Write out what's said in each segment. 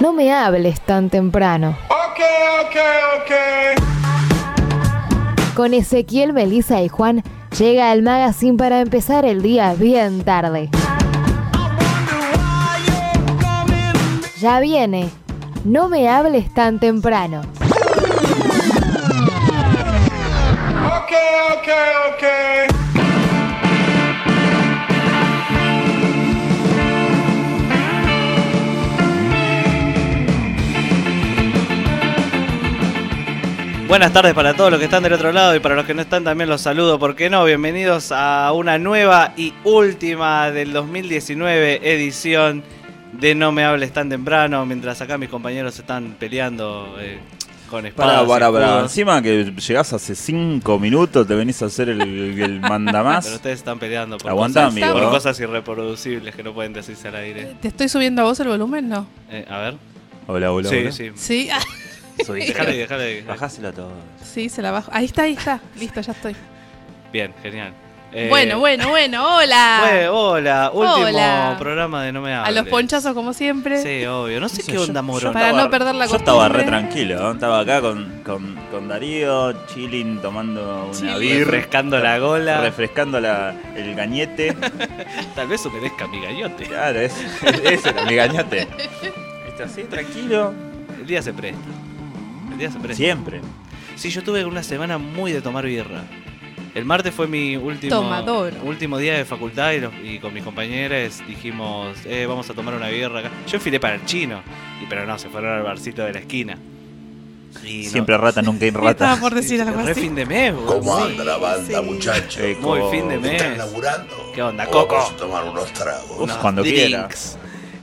No me hables tan temprano. Ok, ok, ok. Con Ezequiel, Melissa y Juan llega al magazine para empezar el día bien tarde. Ya viene. No me hables tan temprano. Ok, ok, ok. Buenas tardes para todos los que están del otro lado y para los que no están también los saludo, ¿por qué no? Bienvenidos a una nueva y última del 2019 edición de No me hables tan temprano, mientras acá mis compañeros están peleando eh, con espadas. Para, y para, para. escudos. Encima que llegás hace 5 minutos, te venís a hacer el, el Pero mandamás. ustedes están peleando por, Aguantá, cosas, amigo, por ¿no? cosas irreproducibles que no pueden decirse al aire. ¿Te estoy subiendo a vos el volumen? No. Eh, a ver. Hola, hola, sí, hola. sí. Sí, ah, Dejale, dejale. Bajáselo todo. sí, se la bajo. Ahí está, ahí está. Listo, ya estoy. Bien, genial. Eh, bueno, bueno, bueno. Hola. bueno, hola, último Hola. programa de No me hables. a los ponchazos, como siempre. Sí, obvio. No sé sé, qué yo- onda, morón. Para Estaba- no perder la Yo costumbre. estaba re tranquilo, ¿no? estaba acá con, con, con Darío, chilling, tomando una Chilling. birra. Refrescando la gola. Refrescando la- el gañete. Tal vez obedezca mi gallote. Claro, es, es, es mi gañete. Está así, tranquilo. El día se presta. El día se presta. Siempre. Sí, yo tuve una semana muy de tomar birra. El martes fue mi último, Tomador. último día de facultad y, los- y con mis compañeros dijimos, eh, vamos a tomar una birra acá. Yo enfilé para el chino, y, pero no, se fueron al barcito de la esquina. Y no- Siempre rata, nunca hay Estaba rata. por decir algo Re así. fin de mes, boludo. ¿Cómo Sí. anda la banda, sí. muchachos? Eh, Muy como- fin de mes. ¿Están laburando? ¿Qué onda, ¿O Coco? Vamos a tomar unos tragos. Uf, cuando quiera. drinks.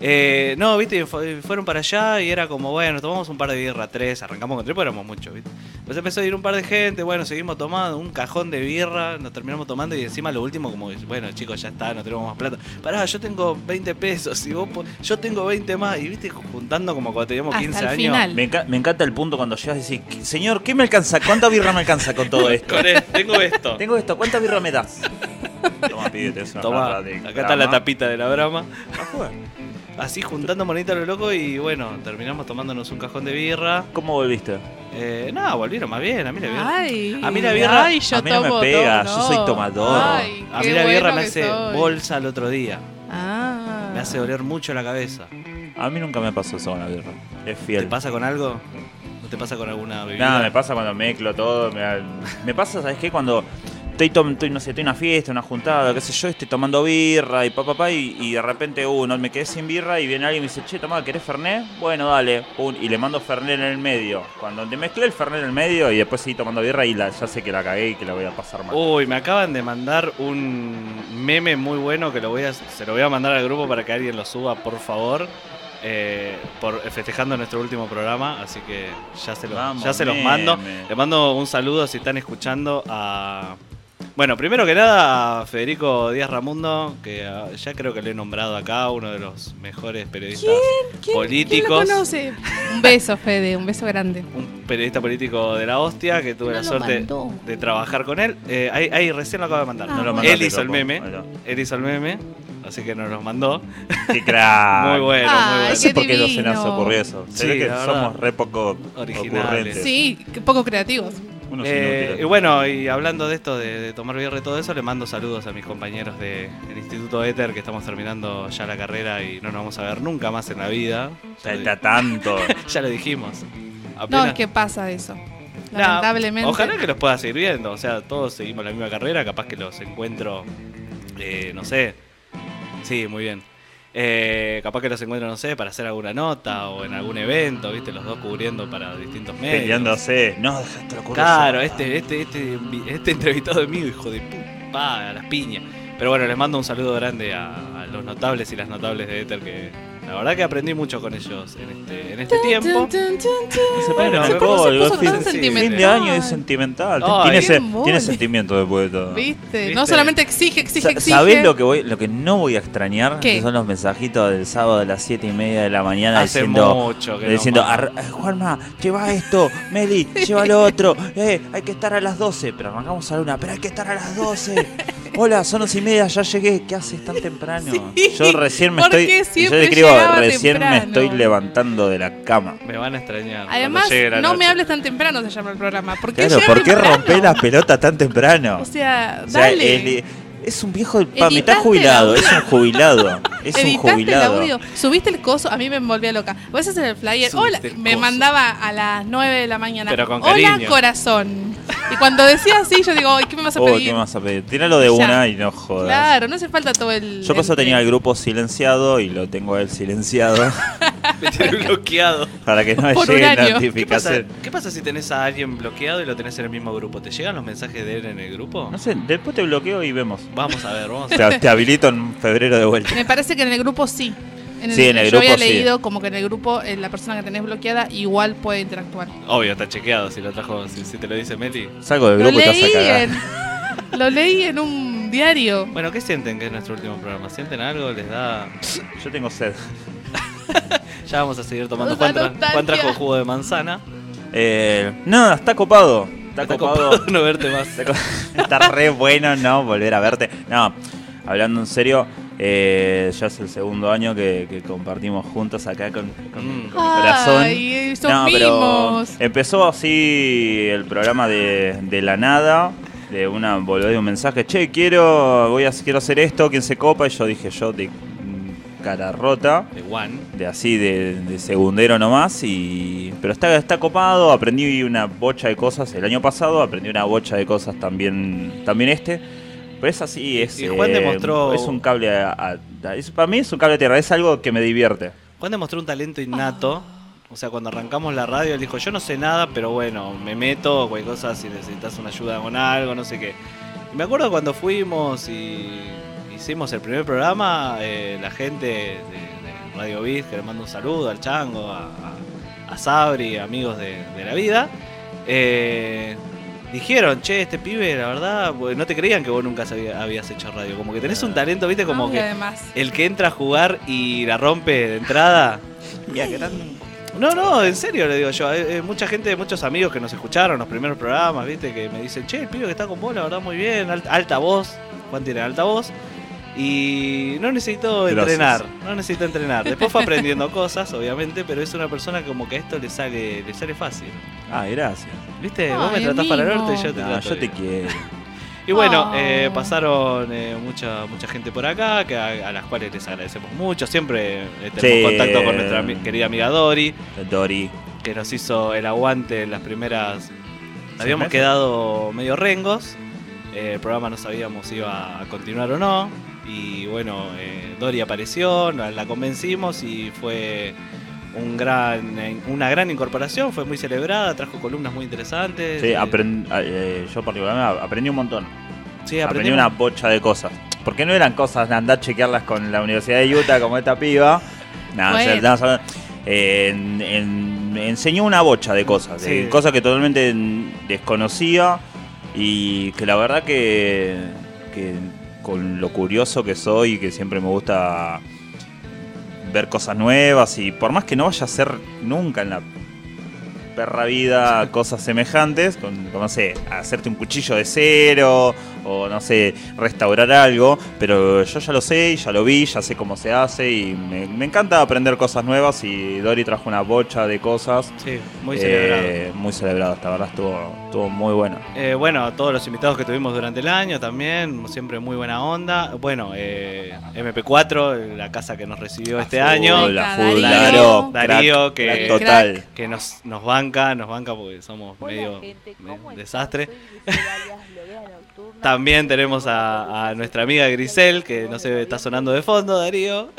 Eh, no, viste, fu- fueron para allá y era como, bueno, tomamos un par de birra, tres, arrancamos con tres, porque éramos muchos, viste. Entonces empezó a ir un par de gente, bueno, seguimos tomando un cajón de birra, nos terminamos tomando y encima lo último como, bueno, chicos, ya está, no tenemos más plata. Pará, yo tengo 20 pesos y vos, po- yo tengo 20 más. Y viste, juntando como cuando teníamos Hasta 15 el años. final. Me, enca- me encanta el punto cuando llegas y decís, señor, ¿qué me alcanza? ¿Cuánta birra me alcanza con todo esto? Con él, tengo esto. Tengo esto, ¿cuánta birra me das? Toma, pídete es una Tomá, lata acá de está la grama. tapita de la brama. Así juntando monita a lo loco y bueno, terminamos tomándonos un cajón de birra. ¿Cómo volviste? Eh, no, volvieron más bien, a mí la birra. Ay, A mí la birra- Ay, yo a mí no me tomo pega, todo, yo soy tomador. Ay, a qué mí la birra bueno me que hace soy. bolsa al otro día. Ah. Me hace doler mucho la cabeza. A mí nunca me pasó eso con la birra. Es ¿Te fiel. pasa con algo? ¿No te pasa con alguna bebida? Nada, me pasa cuando mezclo todo. Me, me pasa, ¿sabes qué? Cuando estoy, tom- estoy, no sé, estoy en una fiesta, una juntada, qué sé yo, estoy tomando birra y papá, pa, y, y de repente, uh, no, me quedé sin birra y viene alguien y me dice, che, toma, ¿querés Fernet? Bueno, dale. un- y le mando Fernet en el medio. Cuando te mezclé el Fernet en el medio y después seguí tomando birra y la, ya sé que la cagué y que la voy a pasar mal. Uy, me acaban de mandar un meme muy bueno que lo voy a, se lo voy a mandar al grupo para que alguien lo suba, por favor. eh, por, festejando nuestro último programa, así que ya se, los- Vamos, ya se los meme. mando. Le mando un saludo si están escuchando a... Bueno, primero que nada a Federico Díaz Ramundo, que ah, ya creo que lo he nombrado acá, uno de los mejores periodistas ¿Quién- políticos. ¿Quién lo conoce? Un beso, Fede, un beso grande. un periodista político de la hostia que tuve la suerte de trabajar con él. Eh, ahí, ahí recién lo acabo de mandar. Ah, No lo él mandaste, hizo el loco. meme. Bueno. Él hizo el meme, así que nos los mandó. ¡Qué Ah. crack! muy bueno, Ay, muy No bueno. sé qué por qué no se divino. nos ocurrió eso. Sí, Se ve que la verdad. somos re poco Originales. ocurrentes. Sí, qué poco creativos. Unos Eh, inútiles. y bueno, y hablando de esto, de, de tomar birra y todo eso, le mando saludos a mis compañeros del Instituto Éter, que estamos terminando ya la carrera y no nos vamos a ver nunca más en la vida. Ya, lo, Falta tanto. di- ya lo dijimos. No, Apenas- es que pasa eso. Nah, Lamentablemente. Ojalá que los pueda seguir viendo. O sea, todos seguimos la misma carrera. Capaz que los encuentro. eh, no sé. Sí, muy bien. Eh, capaz que los encuentro, no sé, para hacer alguna nota o en algún evento, ¿viste? Los dos cubriendo para distintos medios. Peleándose. No, dejaste lo Claro, este, este, este, este entrevistado de mí, hijo de puta, a las piñas. Pero bueno, les mando un saludo grande a, a los notables y las notables de Ether que. La verdad que aprendí mucho con ellos en este, en este tiempo. Tun, tun, tun, tun. Se Bueno, pone ¿cómo alcohol, se puso vos fin- tan sí, sentimental? Fin de año es sentimental. Ay, tiene, qué ese- mole. tiene sentimiento después de todo. ¿Viste? ¿Viste? No solamente exige, exige, Sa- exige. ¿Sabés lo que, voy, lo que no voy a extrañar? ¿Qué? Que son los mensajitos del sábado a las 7 y media de la mañana Hace diciendo. mucho que no diciendo, pasa. "Ar- eh, Juanma, lleva esto, Meli, lleva lo otro, eh, hay que estar a las 12, pero arrancamos a la una, pero hay que estar a las 12. Hola, son dos y media, ya llegué. ¿Qué haces tan temprano? Sí, yo recién me ¿por estoy. qué y yo siempre le escribo, llegaba recién me temprano? estoy levantando de la cama. Me van a extrañar. cuando Además, llegue la no me noche. hables tan temprano, se llama el programa. ¿Por qué Claro, llegar ¿por qué temprano? rompés las pelotas tan temprano? O sea, O sea, dale. el- es un viejo del PAMI, Editaste está el jubilado, audio. es un jubilado. Es un Editaste jubilado. el audio, subiste el coso, a mí me envolvía loca. A veces en el flyer, Subiste hola, el me coso. mandaba a las 9 de la mañana. Pero con Hola, cariño. corazón. Y cuando decía así, yo digo, "Ay, ¿qué me vas a Oh, pedir? ¿qué me vas a pedir? Tíralo de Ya. una y no jodas. claro, no hace falta todo el. Yo por eso el- tenía el grupo silenciado y lo tengo a él silenciado Me tiene bloqueado. para que no me Por un llegue año. ¿Qué pasa, notificación. qué pasa si tenés a alguien bloqueado y lo tenés en el mismo grupo? ¿Te llegan los mensajes de él en el grupo? No sé, después te bloqueo y vemos. Vamos a ver, vamos a ver. Te, te habilito en febrero de vuelta. Me parece que en el grupo sí. En Sí, en el yo grupo había sí. leído como que en el grupo eh, la persona que tenés bloqueada igual puede interactuar. Obvio, está chequeado si lo trajo, si, si te lo dice Meli. Salgo del Lo grupo y te vas a leí, cagar. en, lo leí en un diario. Bueno, ¿qué sienten que es nuestro último programa? ¿Sienten algo? ¿Les da...? Yo tengo sed. Ya vamos a seguir tomando. Nos da Juan, tra- nostalgia. Juan trajo jugo de manzana. Eh, no, está copado. Está, Está copado. copado no verte más. Está co- Está re bueno, ¿no? Volver a verte. No, hablando en serio, eh, ya es el segundo año que, que compartimos juntos acá con, con mi- con mi Mm. corazón. Ay, son No, pero mimos. empezó así el programa de, de la nada, de una volver de un mensaje, che, quiero, voy a quiero hacer esto, ¿quién se copa? Y yo dije, yo de mm, cara rota De Juan. de así de, de segundero nomás y pero está está copado aprendí una bocha de cosas el año pasado aprendí una bocha de cosas también también este pero es así es eh, Y Juan demostró- es un cable a- a- a- es- para mí es un cable a tierra es algo que me divierte Juan demostró un talento innato. O sea, cuando arrancamos la radio, él dijo, yo no sé nada, pero bueno, me meto, cualquier cosa, si necesitas una ayuda con algo, no sé qué. Y me acuerdo cuando fuimos y hicimos el primer programa, eh, la gente de, de Radio Biz, que le mando un saludo al Chango, a, a- a Sabri, amigos de, de la vida, eh, dijeron, che, este pibe, la verdad, pues, no te creían que vos nunca sabía- habías hecho radio. Como que tenés un talento, viste, como Ah, y que... además. El que entra a jugar y la rompe de entrada. No, no, en serio le digo yo. Eh, eh, mucha gente, muchos amigos que nos escucharon los primeros programas, viste, que me dicen, che, el pibe que está con vos, la verdad, muy bien, al- alta, voz. Juan tiene alta voz. Y no necesito Gracias. entrenar, no necesito entrenar. Después fue aprendiendo cosas, obviamente, pero es una persona que como que a esto le sale, le sale fácil. ah gracias ¿Viste? Ay, Vos me tratás para el amigo. norte y yo te No, trato yo te bien. quiero Y bueno, Oh. eh, pasaron eh, mucha mucha gente por acá, que a, a las cuales les agradecemos mucho. Siempre eh, tenemos Sí. contacto con nuestra ami- querida amiga Dori, Dori que nos hizo el aguante en las primeras... Habíamos meses? quedado medio rengos, eh, el programa no sabíamos si iba a continuar o no. Y bueno, eh, Dori apareció, la la convencimos y fue un gran eh, una gran incorporación, fue muy celebrada, trajo columnas muy interesantes. Sí, eh, aprend- a- eh, yo particularmente aprendí un montón sí, aprendí aprendimos. una bocha de cosas porque no eran cosas de andar a chequearlas con la Universidad de Utah como esta piba Nah, o sea, Bueno. estamos hablando- eh, en- en- me enseñó una bocha de cosas, de Sí. cosas que totalmente n- desconocía y que la verdad que, que con lo curioso que soy y que siempre me gusta ver cosas nuevas y por más que no vaya a ser nunca en la perra vida cosas semejantes, con, con, no sé, hacerte un cuchillo de cero o no sé, restaurar algo, pero yo ya lo sé y ya lo vi, ya sé cómo se hace y me, me encanta aprender cosas nuevas y Dori trajo una bocha de cosas. Sí, muy eh, celebrada. Muy celebradas, la verdad estuvo, estuvo muy bueno. Eh, bueno, a todos los invitados que tuvimos durante el año también, siempre muy buena onda. Bueno, eh, MP4, la casa que nos recibió este año, hola. La Ahí full, está, Darío, Darío. crack, Darío, que- crack total. que nos, nos banca, nos banca porque somos medio me- desastre. También tenemos a, a nuestra amiga Grisel, que no sé, está sonando de fondo, Darío.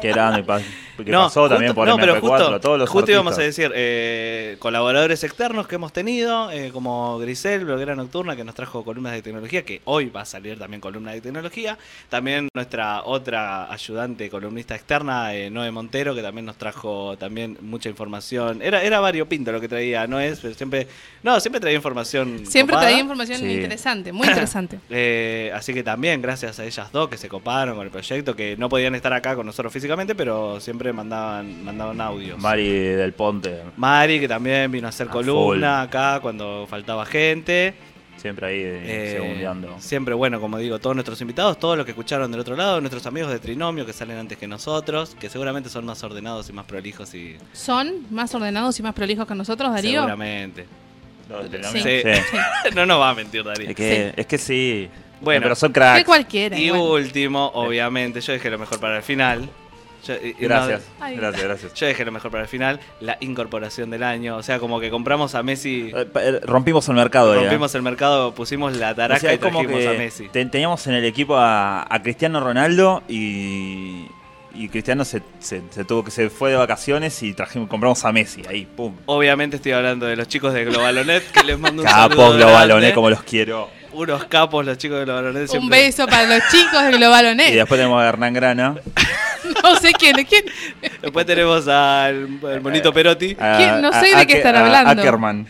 Que era mi pa- que No, pasó también justo- por no, MP4, pero justo, todos los justo íbamos a artistas. decir, eh, colaboradores externos que hemos tenido, eh, como Grisel, bloguera nocturna, que nos trajo columnas de tecnología, que hoy va a salir también columna de tecnología. También nuestra otra ayudante columnista externa, eh, Noé Montero, que también nos trajo también mucha información. Era, era variopinto lo que traía, no es, pero siempre, no, siempre traía información. Siempre copada. traía información Sí. interesante, muy interesante. Eh, así que también gracias a ellas dos que se coparon con el proyecto, que no podían estar acá con nosotros físicamente, pero siempre mandaban, mandaban audios. Mari del Ponte. Mari, que también vino a hacer A columna acá cuando faltaba gente. Siempre ahí eh, Eh, segundeando. siempre, bueno, como digo, todos nuestros invitados, todos los que escucharon del otro lado, nuestros amigos de Trinomio que salen antes que nosotros, que seguramente son más ordenados y más prolijos y ¿Son más ordenados y más prolijos que nosotros, Darío? seguramente. Los de la- Sí. Sí. Sí. no nos va a mentir Darío. Es, que, es que sí. Bueno. pero son Que cracks. cualquiera. Y igual. último, obviamente, yo dejé lo mejor para el final. Yo- y- y no- Gracias. Ay. Gracias, gracias. yo dejé lo mejor para el final, la incorporación del año. O sea, como que compramos a Messi, Eh, pa- eh, Rompimos el mercado. ya. rompimos el mercado, pusimos la O taraca sea, y es como trajimos que a Messi. ten- teníamos en el equipo a, a Cristiano Ronaldo y, y Cristiano se, se- se tuvo que se fue de vacaciones y trajimos, compramos a Messi ahí, pum. Obviamente estoy hablando de los chicos de Globalonet, que les mando un Capos saludo globalones grande. como los quiero. Unos capos los chicos de Globalonet. Un siempre- beso para los chicos de Global On Y Air. después tenemos a Hernán Grana, No sé quién, quién. Después tenemos al, al bonito Perotti. a- ¿Quién? No a- sé de a- qué están a- a hablando. Ackerman.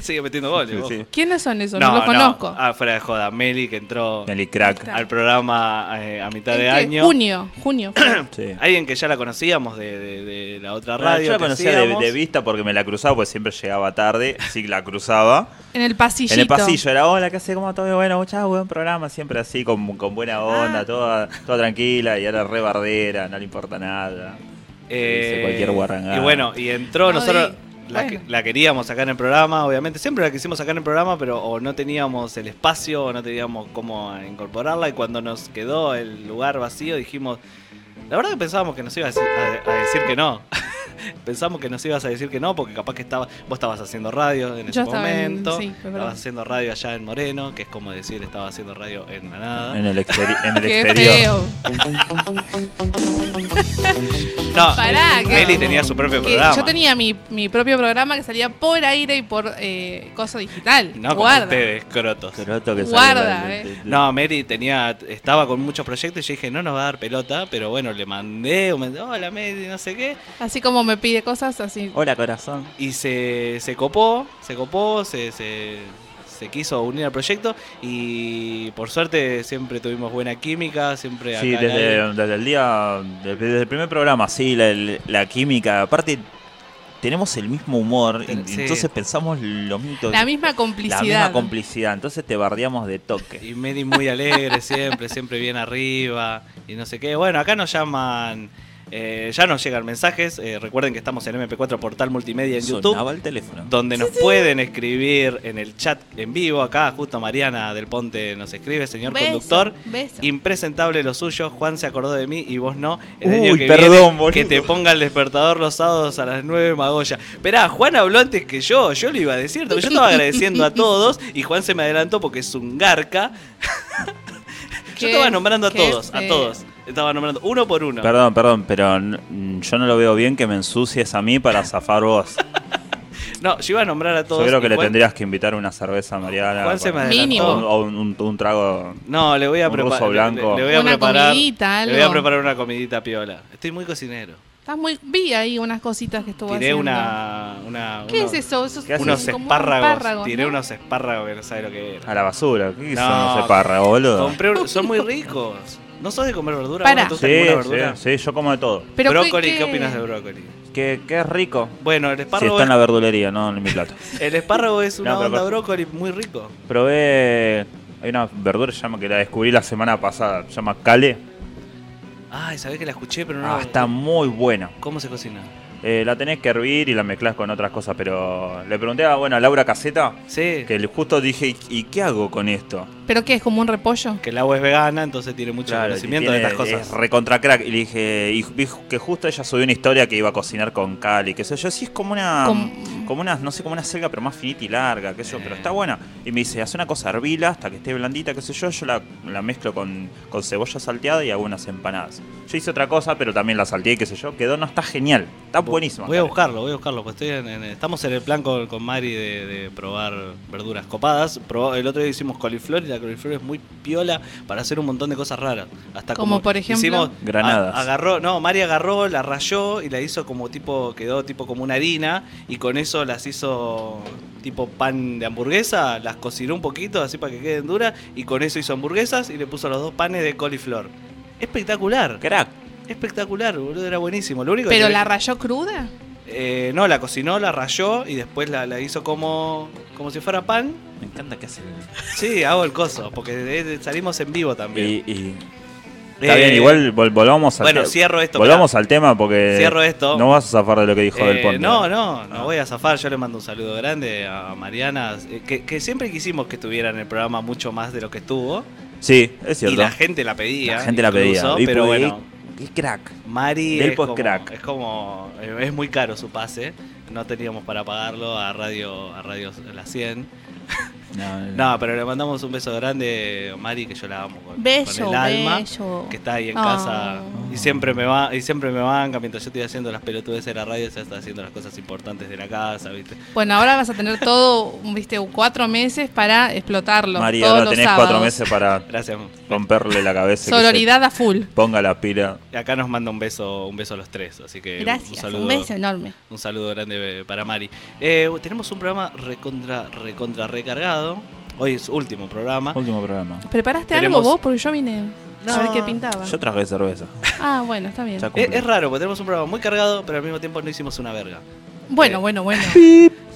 Sigue metiendo goles. vos. Sí, sí. ¿Quiénes son esos? No, los conozco. Ah, fuera de joda. Meli que entró Nelly Crack. al programa eh, a mitad ¿En de qué? año. Junio, junio. Sí. Alguien que ya la conocíamos de, de- de la otra Ah, radio. Yo la que conocía de, hacíamos. de vista porque me la cruzaba, porque siempre llegaba tarde, sí la cruzaba. En el pasillito. En el pasillo era, hola, ¿qué hace? ¿Cómo todo? Bueno, muchas buen programa, siempre así, con, con buena onda, Ah. toda, toda tranquila, y era re bardera, no le importa nada. Eh, Dice cualquier guarrangada. Y bueno, y entró, Ay, nosotros la, bueno. que- la queríamos sacar en el programa, obviamente. Siempre la quisimos sacar en el programa, pero o no teníamos el espacio, o no teníamos cómo incorporarla. Y cuando nos quedó el lugar vacío, dijimos. La verdad que pensábamos que nos ibas a, a- a decir que no. Pensamos que nos ibas a decir que no, porque capaz que estaba, vos estabas haciendo radio en ese Yo estaba en- momento. sí, es verdad. estabas haciendo radio allá en Moreno, que es como decir estaba haciendo radio en la nada. En el, exteri- en Ah. el Qué exterior. feo. No, Pará, que- Meli tenía su propio Que programa. yo tenía mi, mi propio programa que salía por aire y por eh, cosa digital. No como Guarda. ustedes, crotos. Croto que sale Guarda, de- eh. de- de- No, Mary tenía, estaba con muchos proyectos y yo dije, no nos va a dar pelota, pero bueno, le mandé, un mensaje, hola Mary, no sé qué. Así como me pide cosas, así. Oh, Hola, corazón. Y se, se copó, se copó, se, se, se quiso unir al proyecto y por suerte siempre tuvimos buena química, siempre Sí, acá al aire. desde, desde el día, desde el primer programa, sí, la, la química. Aparte, tenemos el mismo humor, Ten- y- sí. entonces pensamos lo mismo. La misma La complicidad. misma complicidad, entonces te bardeamos de toque. Y Mary muy alegre siempre, siempre bien arriba y no sé qué. Bueno, acá nos llaman... eh, ya nos llegan mensajes. eh, recuerden que estamos en MP4 Portal Multimedia en YouTube. Sonaba el teléfono. donde nos pueden escribir en el chat en vivo. Acá justo Mariana del Ponte nos escribe, señor Beso, conductor. beso. Impresentable lo suyo, Juan se acordó de mí y vos no. Uy, año que perdón, viene, boludo. Que te ponga el despertador los sábados a las 9 Magoya. Esperá, Juan habló antes que yo, yo le iba a decir, porque yo estaba agradeciendo a todos y Juan se me adelantó porque es un garca. yo Qué- estaba nombrando a qué este, todos, a feo. todos. Estaba nombrando uno por uno. Perdón, perdón, pero n- mm, yo no lo veo bien que me ensucies a mí para zafar vos. No, yo iba a nombrar a todos. yo creo que y le Juan- tendrías que invitar una cerveza a Mariana. Juan se me para- adelantó. Mínimo. o un, o un- un trago. No, le voy a Un ruso preparar. blanco. Le, le voy a Una preparar. comidita, Le voy a algo. preparar una comidita piola. Estoy muy cocinero. Estás muy. Vi ahí unas cositas que estuvo Tiré haciendo. una, una. ¿Qué uno- es eso? Eso es ¿Qué haces? Unos como un espárragos. espárrago, Tiré ¿no? unos espárragos que no sabe lo que era. A la basura. ¿Qué hizo? No. No, se parra, boludo. Compré un- son muy ricos. ¿No sos de comer verdura? Pará. ¿Vos no te gusta Sí, ninguna sí, verdura? sí, yo como de todo. Pero brócoli, que- ¿qué, opinas de brócoli? Qué, qué rico. Bueno, el Si espárrago, está en la verdulería, no en mi plato. es, el espárrago es una No, pero onda con- brócoli muy rico. Probé. Hay una verdura que se llama- que la descubrí la semana pasada. Se llama Cale. Ay, sabés que la escuché, pero no. Ah, está muy buena. ¿Cómo se cocina? Eh, la tenés que hervir y la mezclas con otras cosas, pero le pregunté a, bueno, a Laura Caseta, Sí. que le- justo dije, "¿Y- ¿y qué hago con esto? ¿Pero qué es? ¿Como un repollo? Que el agua es vegana, entonces tiene mucho Claro, conocimiento tiene- de estas cosas. Es recontra crack. Y le dije, y vi que justo ella subió una historia que iba a cocinar con Cali, qué sé yo. Sí, es como una, Como- como una, no sé, como una selga, pero más finita y larga, qué sé yo, pero está buena. Y me dice, hace una cosa, hervila hasta que esté blandita, qué sé yo. Yo la, la mezclo con, con cebolla salteada y hago unas empanadas. Yo hice otra cosa, pero también la salteé, qué sé yo. Quedó, no, está genial. Está buenísima. Voy a Cale. buscarlo, voy a buscarlo, pues estoy en- en- estamos en el plan con, con Mari de, de probar verduras copadas. Probó- el otro día hicimos coliflor y la coliflor es muy piola para hacer un montón de cosas raras. Hasta Como, por ejemplo, hicimos- Granadas. a- agarró, no, Mari agarró, la rayó y la hizo como tipo, quedó tipo como una harina y con eso las hizo tipo pan de hamburguesa, las cocinó un poquito así para que queden duras y con eso hizo hamburguesas y le puso los dos panes de coliflor. Espectacular, Crack. espectacular, boludo, era buenísimo. Lo único que ¿Pero tenés- la rayó cruda? eh, eh, no, la cocinó, la rayó y después la, la hizo como, como si fuera pan. Me encanta que hace. Sí, hago el coso, porque de- de- salimos en vivo Y, también. y- Está Eh, bien, igual vol- volvamos al Bueno, te- cierro esto. Volvamos pará. al tema porque. Cierro esto. No vas a zafar de lo que dijo del Eh, Ponte. no, no, no voy a zafar. Yo le mando un saludo grande a Mariana, eh, que, que siempre quisimos que estuviera en el programa mucho más de lo que estuvo. Sí, es cierto. Y la gente la pedía. La gente la pedía. incluso, Y Pero porque- bueno, Qué crack. Mari Del es como, postcrack. es como- eh, es muy caro su pase. No teníamos para pagarlo a Radio a Radio La 100. No, No, pero le mandamos un beso grande a Mari que yo la amo con, Bello, con el alma. bello. Que está ahí en Ah. casa y siempre me va y siempre me banca mientras yo estoy haciendo las pelotudes de la radio, ella está haciendo las cosas importantes de la casa, ¿viste? Bueno, ahora vas a tener todo, viste, cuatro meses para explotarlo. María, todos ahora los tenés sábados. cuatro meses para Gracias. romperle la cabeza. que Sororidad a full. se Ponga la pila. Y acá nos manda un beso, un beso a los tres, así que un- un Gracias, saludo. un beso enorme. Un saludo grande eh, para Mari. Eh, tenemos un programa recontra, recontra recargado. Hoy es último programa. Último programa. ¿Preparaste Tenemos- algo vos? Porque yo vine No. a ver qué pintaba. Yo traje cerveza. Ah, bueno, está bien. Ya Eh, Es, cumplí. es raro, porque tenemos un programa muy cargado, pero al mismo tiempo no hicimos una verga. Bueno, bueno, bueno.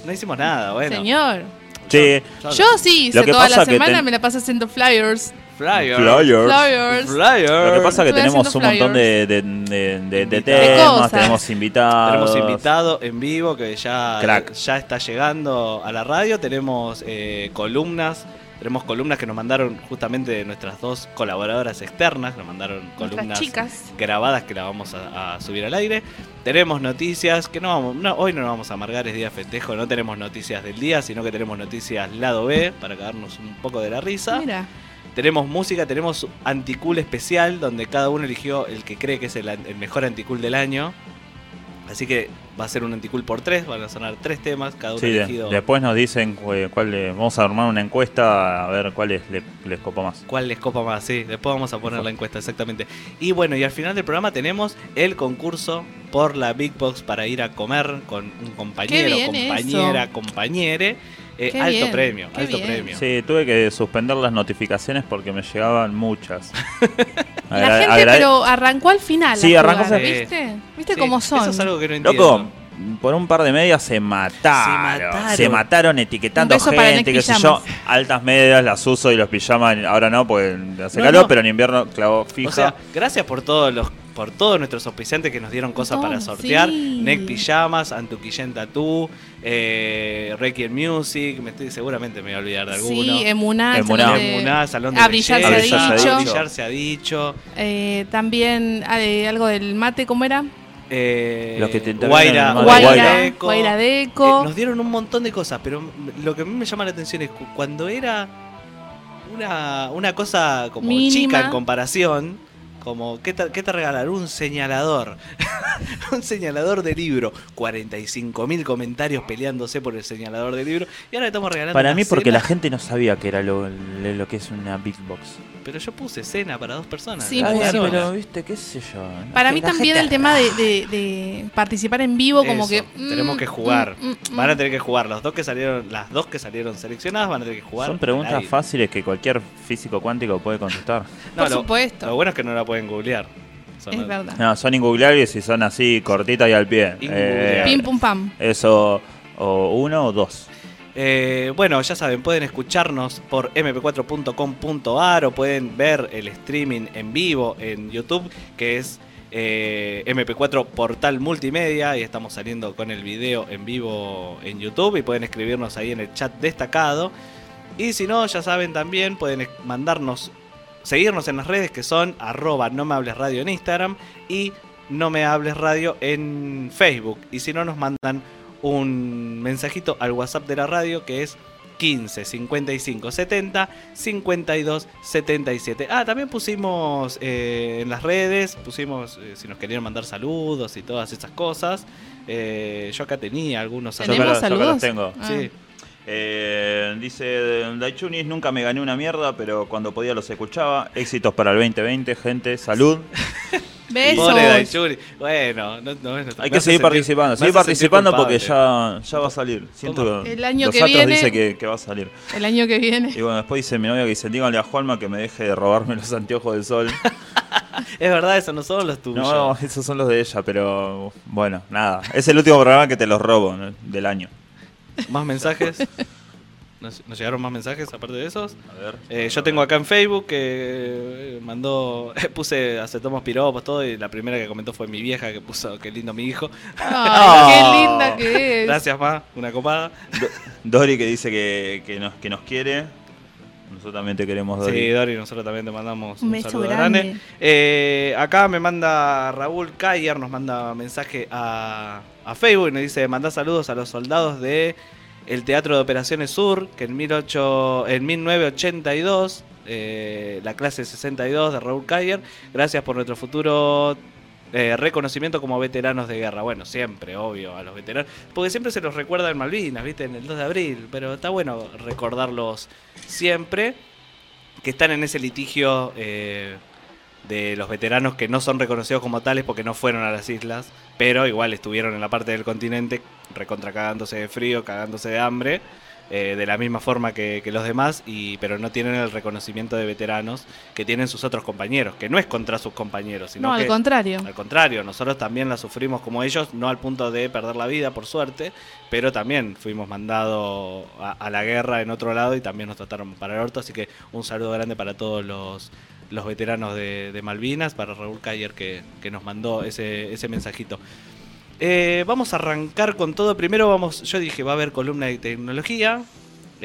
No hicimos nada, bueno. Señor. Che, Yo sí Lo hice que toda pasa la que semana, ten- me la pasé haciendo flyers. Flyer. Flyers. Flyers. Flyer. Lo que pasa es que Estoy tenemos haciendo un montón de, flyers. de- de- de- de De temas, cosas. tenemos invitados. Tenemos invitado en vivo que ya, Crack. ya está llegando a la radio. Tenemos eh, columnas. Tenemos columnas que nos mandaron justamente nuestras dos colaboradoras externas. Nos mandaron Nuestras columnas chicas. grabadas que la vamos a, a subir al aire. Tenemos noticias que no vamos, no, hoy no nos vamos a amargar, es día festejo. No tenemos noticias del día, sino que tenemos noticias lado B para cagarnos un poco de la risa. Mira. Tenemos música, tenemos anticool especial, donde cada uno eligió el que cree que es el, an- el mejor anticool del año. Así que va a ser un anticool por tres, van a sonar tres temas, cada uno Sí, de- elegido. después nos dicen cu- cuál le- vamos a armar una encuesta a ver cuál es- le- les copa más. ¿Cuál les copa más? Sí, después vamos a poner la encuesta, exactamente. Y bueno, y al final del programa tenemos el concurso por la Big Box para ir a comer con un compañero, Qué bien compañera, compañere. Eh, Qué alto bien, premio, qué alto bien. premio. Sí, tuve que suspender las notificaciones porque me llegaban muchas. La Agra- gente, agrade- pero arrancó al final. Sí, a arrancó jugar, al- ¿Viste? ¿Viste Sí, cómo son? Eso es algo que no entiendo. Loco, por un par de medias se mataron. Se mataron, mataron. etiquetando Un beso para gente, Nick qué sé yo. Pijamas. Altas medias las uso y los pijamas ahora no, porque hace No, calor, no. pero en invierno clavo fija. O sea, gracias por todos los por todos nuestros auspiciantes que nos dieron cosas para Todos, sortear. sí. Neck Pijamas, Antuquillén Tattoo, eh, Reiki Music, me estoy, seguramente me voy a olvidar de alguno. Sí, eh, Emuná. Emuná. Salón de- Emuná, Salón de A brillar se ha Belleza, dicho. A brillar se ha dicho. eh, también eh, algo del mate, ¿cómo era? Eh, Los que te intervienen Guaira, en el mar. Guaira Guaira, Eco. Guaira de Eh, Eco. nos dieron un montón de cosas, pero lo que a mí me llama la atención es cu- cuando era una, una cosa como Mínima. chica en comparación, como, ¿qué te, qué te regalaron? Un señalador. un señalador de libro. 45.000 comentarios peleándose por el señalador de libro. Y ahora le estamos regalando. para una mí, porque cena, la gente no sabía que era lo, lo que es una big box. Pero yo puse cena para dos personas. Ah, Sí, Dos pues, personas. pero viste, qué sé yo. no Para sé, mí la también gente- el tema de, de- de participar en vivo, como Eso, que. tenemos mm, que jugar. mm, mm, mm. Van a tener que jugar. Los dos que salieron, las dos que salieron seleccionadas van a tener que jugar. Son al preguntas aire. fáciles que cualquier físico cuántico puede contestar. Por lo- supuesto. Lo bueno es que no la pueden googlear. Son- mm. Es verdad. No, son inguglables y son así, cortitas y al pie. Eh, Inguglables. Pim pum pam. eso, o uno o dos. Eh, bueno, ya saben, pueden escucharnos por mp4.com.ar o pueden ver el streaming en vivo en YouTube, que es eh, MP4 Portal Multimedia, y estamos saliendo con el video en vivo en YouTube y pueden escribirnos ahí en el chat destacado. Y si no, ya saben también, pueden es- mandarnos, seguirnos en las redes que son arroba no me hables radio en Instagram y no me hables radio en Facebook. Y si no, nos mandan un mensajito al WhatsApp de la radio que es 15 55 70 52 77. Ah, también pusimos eh, en las redes, pusimos eh, si nos querían mandar saludos y todas esas cosas. Eh, yo acá tenía algunos Yo acá ¿Tenemos los- yo acá los saludos? tengo. Ah. Sí. Eh, dice Daichunis, nunca me gané una mierda, pero cuando podía los escuchaba. Éxitos para el 2020, gente, salud. Besos. Pobre Daichuri. Bueno, no, no, no- Hay me que hace seguir sentir- me participando, seguir hace sentir participando porque culpable. ya, ya va a salir. Siento que El año los que astros viene- dice que, que va a salir. El año que viene. Y bueno, después dice mi novia que dice, díganle a Juanma que me deje de robarme los anteojos del sol. Es verdad, esos no son los tuyos. No, esos son los de ella, pero bueno, nada. Es el último programa que te los robo ¿no? del año. ¿Más mensajes? ¿Nos, nos llegaron más mensajes aparte de esos? A ver. Eh, yo tengo acá en Facebook que eh, mandó, puse aceptamos piropos, todo, y la primera que comentó fue mi vieja que puso qué lindo mi hijo. Ay, qué linda que es. Gracias, ma, una copada. Dori que dice que, que nos, que nos quiere. Nosotros también te queremos, Dori. Sí, Dori, nosotros también te mandamos un, Un beso saludo grande. grande. Eh, acá me manda Raúl Cayer, nos manda mensaje a, a Facebook y nos dice, mandá saludos a los soldados de el Teatro de Operaciones Sur, que en, 18 en 1982, eh, la clase 62 de Raúl Cayer, gracias por nuestro futuro... eh, reconocimiento como veteranos de guerra. Bueno, siempre, obvio, a los veteranos. Porque siempre se los recuerda en Malvinas, ¿viste? En el 2 de abril. Pero está bueno recordarlos siempre que están en ese litigio eh, de los veteranos que no son reconocidos como tales porque no fueron a las islas, pero igual estuvieron en la parte del continente recontra cagándose de frío, cagándose de hambre, eh, de la misma forma que, que los demás, y, pero no tienen el reconocimiento de veteranos que tienen sus otros compañeros, que no es contra sus compañeros, sino No, que... al contrario. Al contrario, nosotros también la sufrimos como ellos, no al punto de perder la vida, por suerte, pero también fuimos mandados a, a la guerra en otro lado y también nos trataron para el orto. Así que un saludo grande para todos los, los veteranos de, de Malvinas, para Raúl Cayer que, que nos mandó ese, ese mensajito. Eh, vamos a arrancar con todo. Primero vamos, yo dije, va a haber columna de tecnología.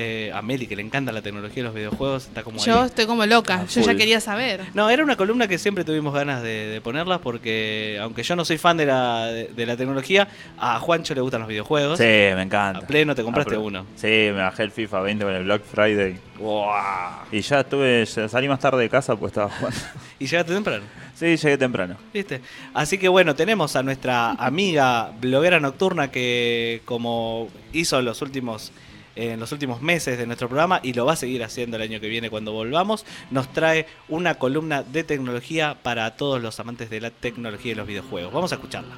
Eh, a Meli, que le encanta la tecnología y los videojuegos, está como Yo ahí. estoy como loca. Ah, Yo ya full. quería saber. No, era una columna que siempre tuvimos ganas de, de ponerlas porque, aunque yo no soy fan de la, de, de la tecnología, a Juancho le gustan los videojuegos. Sí, me A encanta. pleno te Ah, compraste pero- uno. Sí, me bajé el FIFA 20 con el Black Friday. ¡Guau! Y ya estuve, ya salí más tarde de casa pues estaba jugando. Y llegaste temprano, Sí, llegué temprano. ¿viste? Así que bueno, tenemos a nuestra amiga bloguera nocturna que, como hizo los últimos en los últimos meses de nuestro programa y lo va a seguir haciendo el año que viene cuando volvamos, nos trae una columna de tecnología para todos los amantes de la tecnología y los videojuegos. Vamos a escucharla.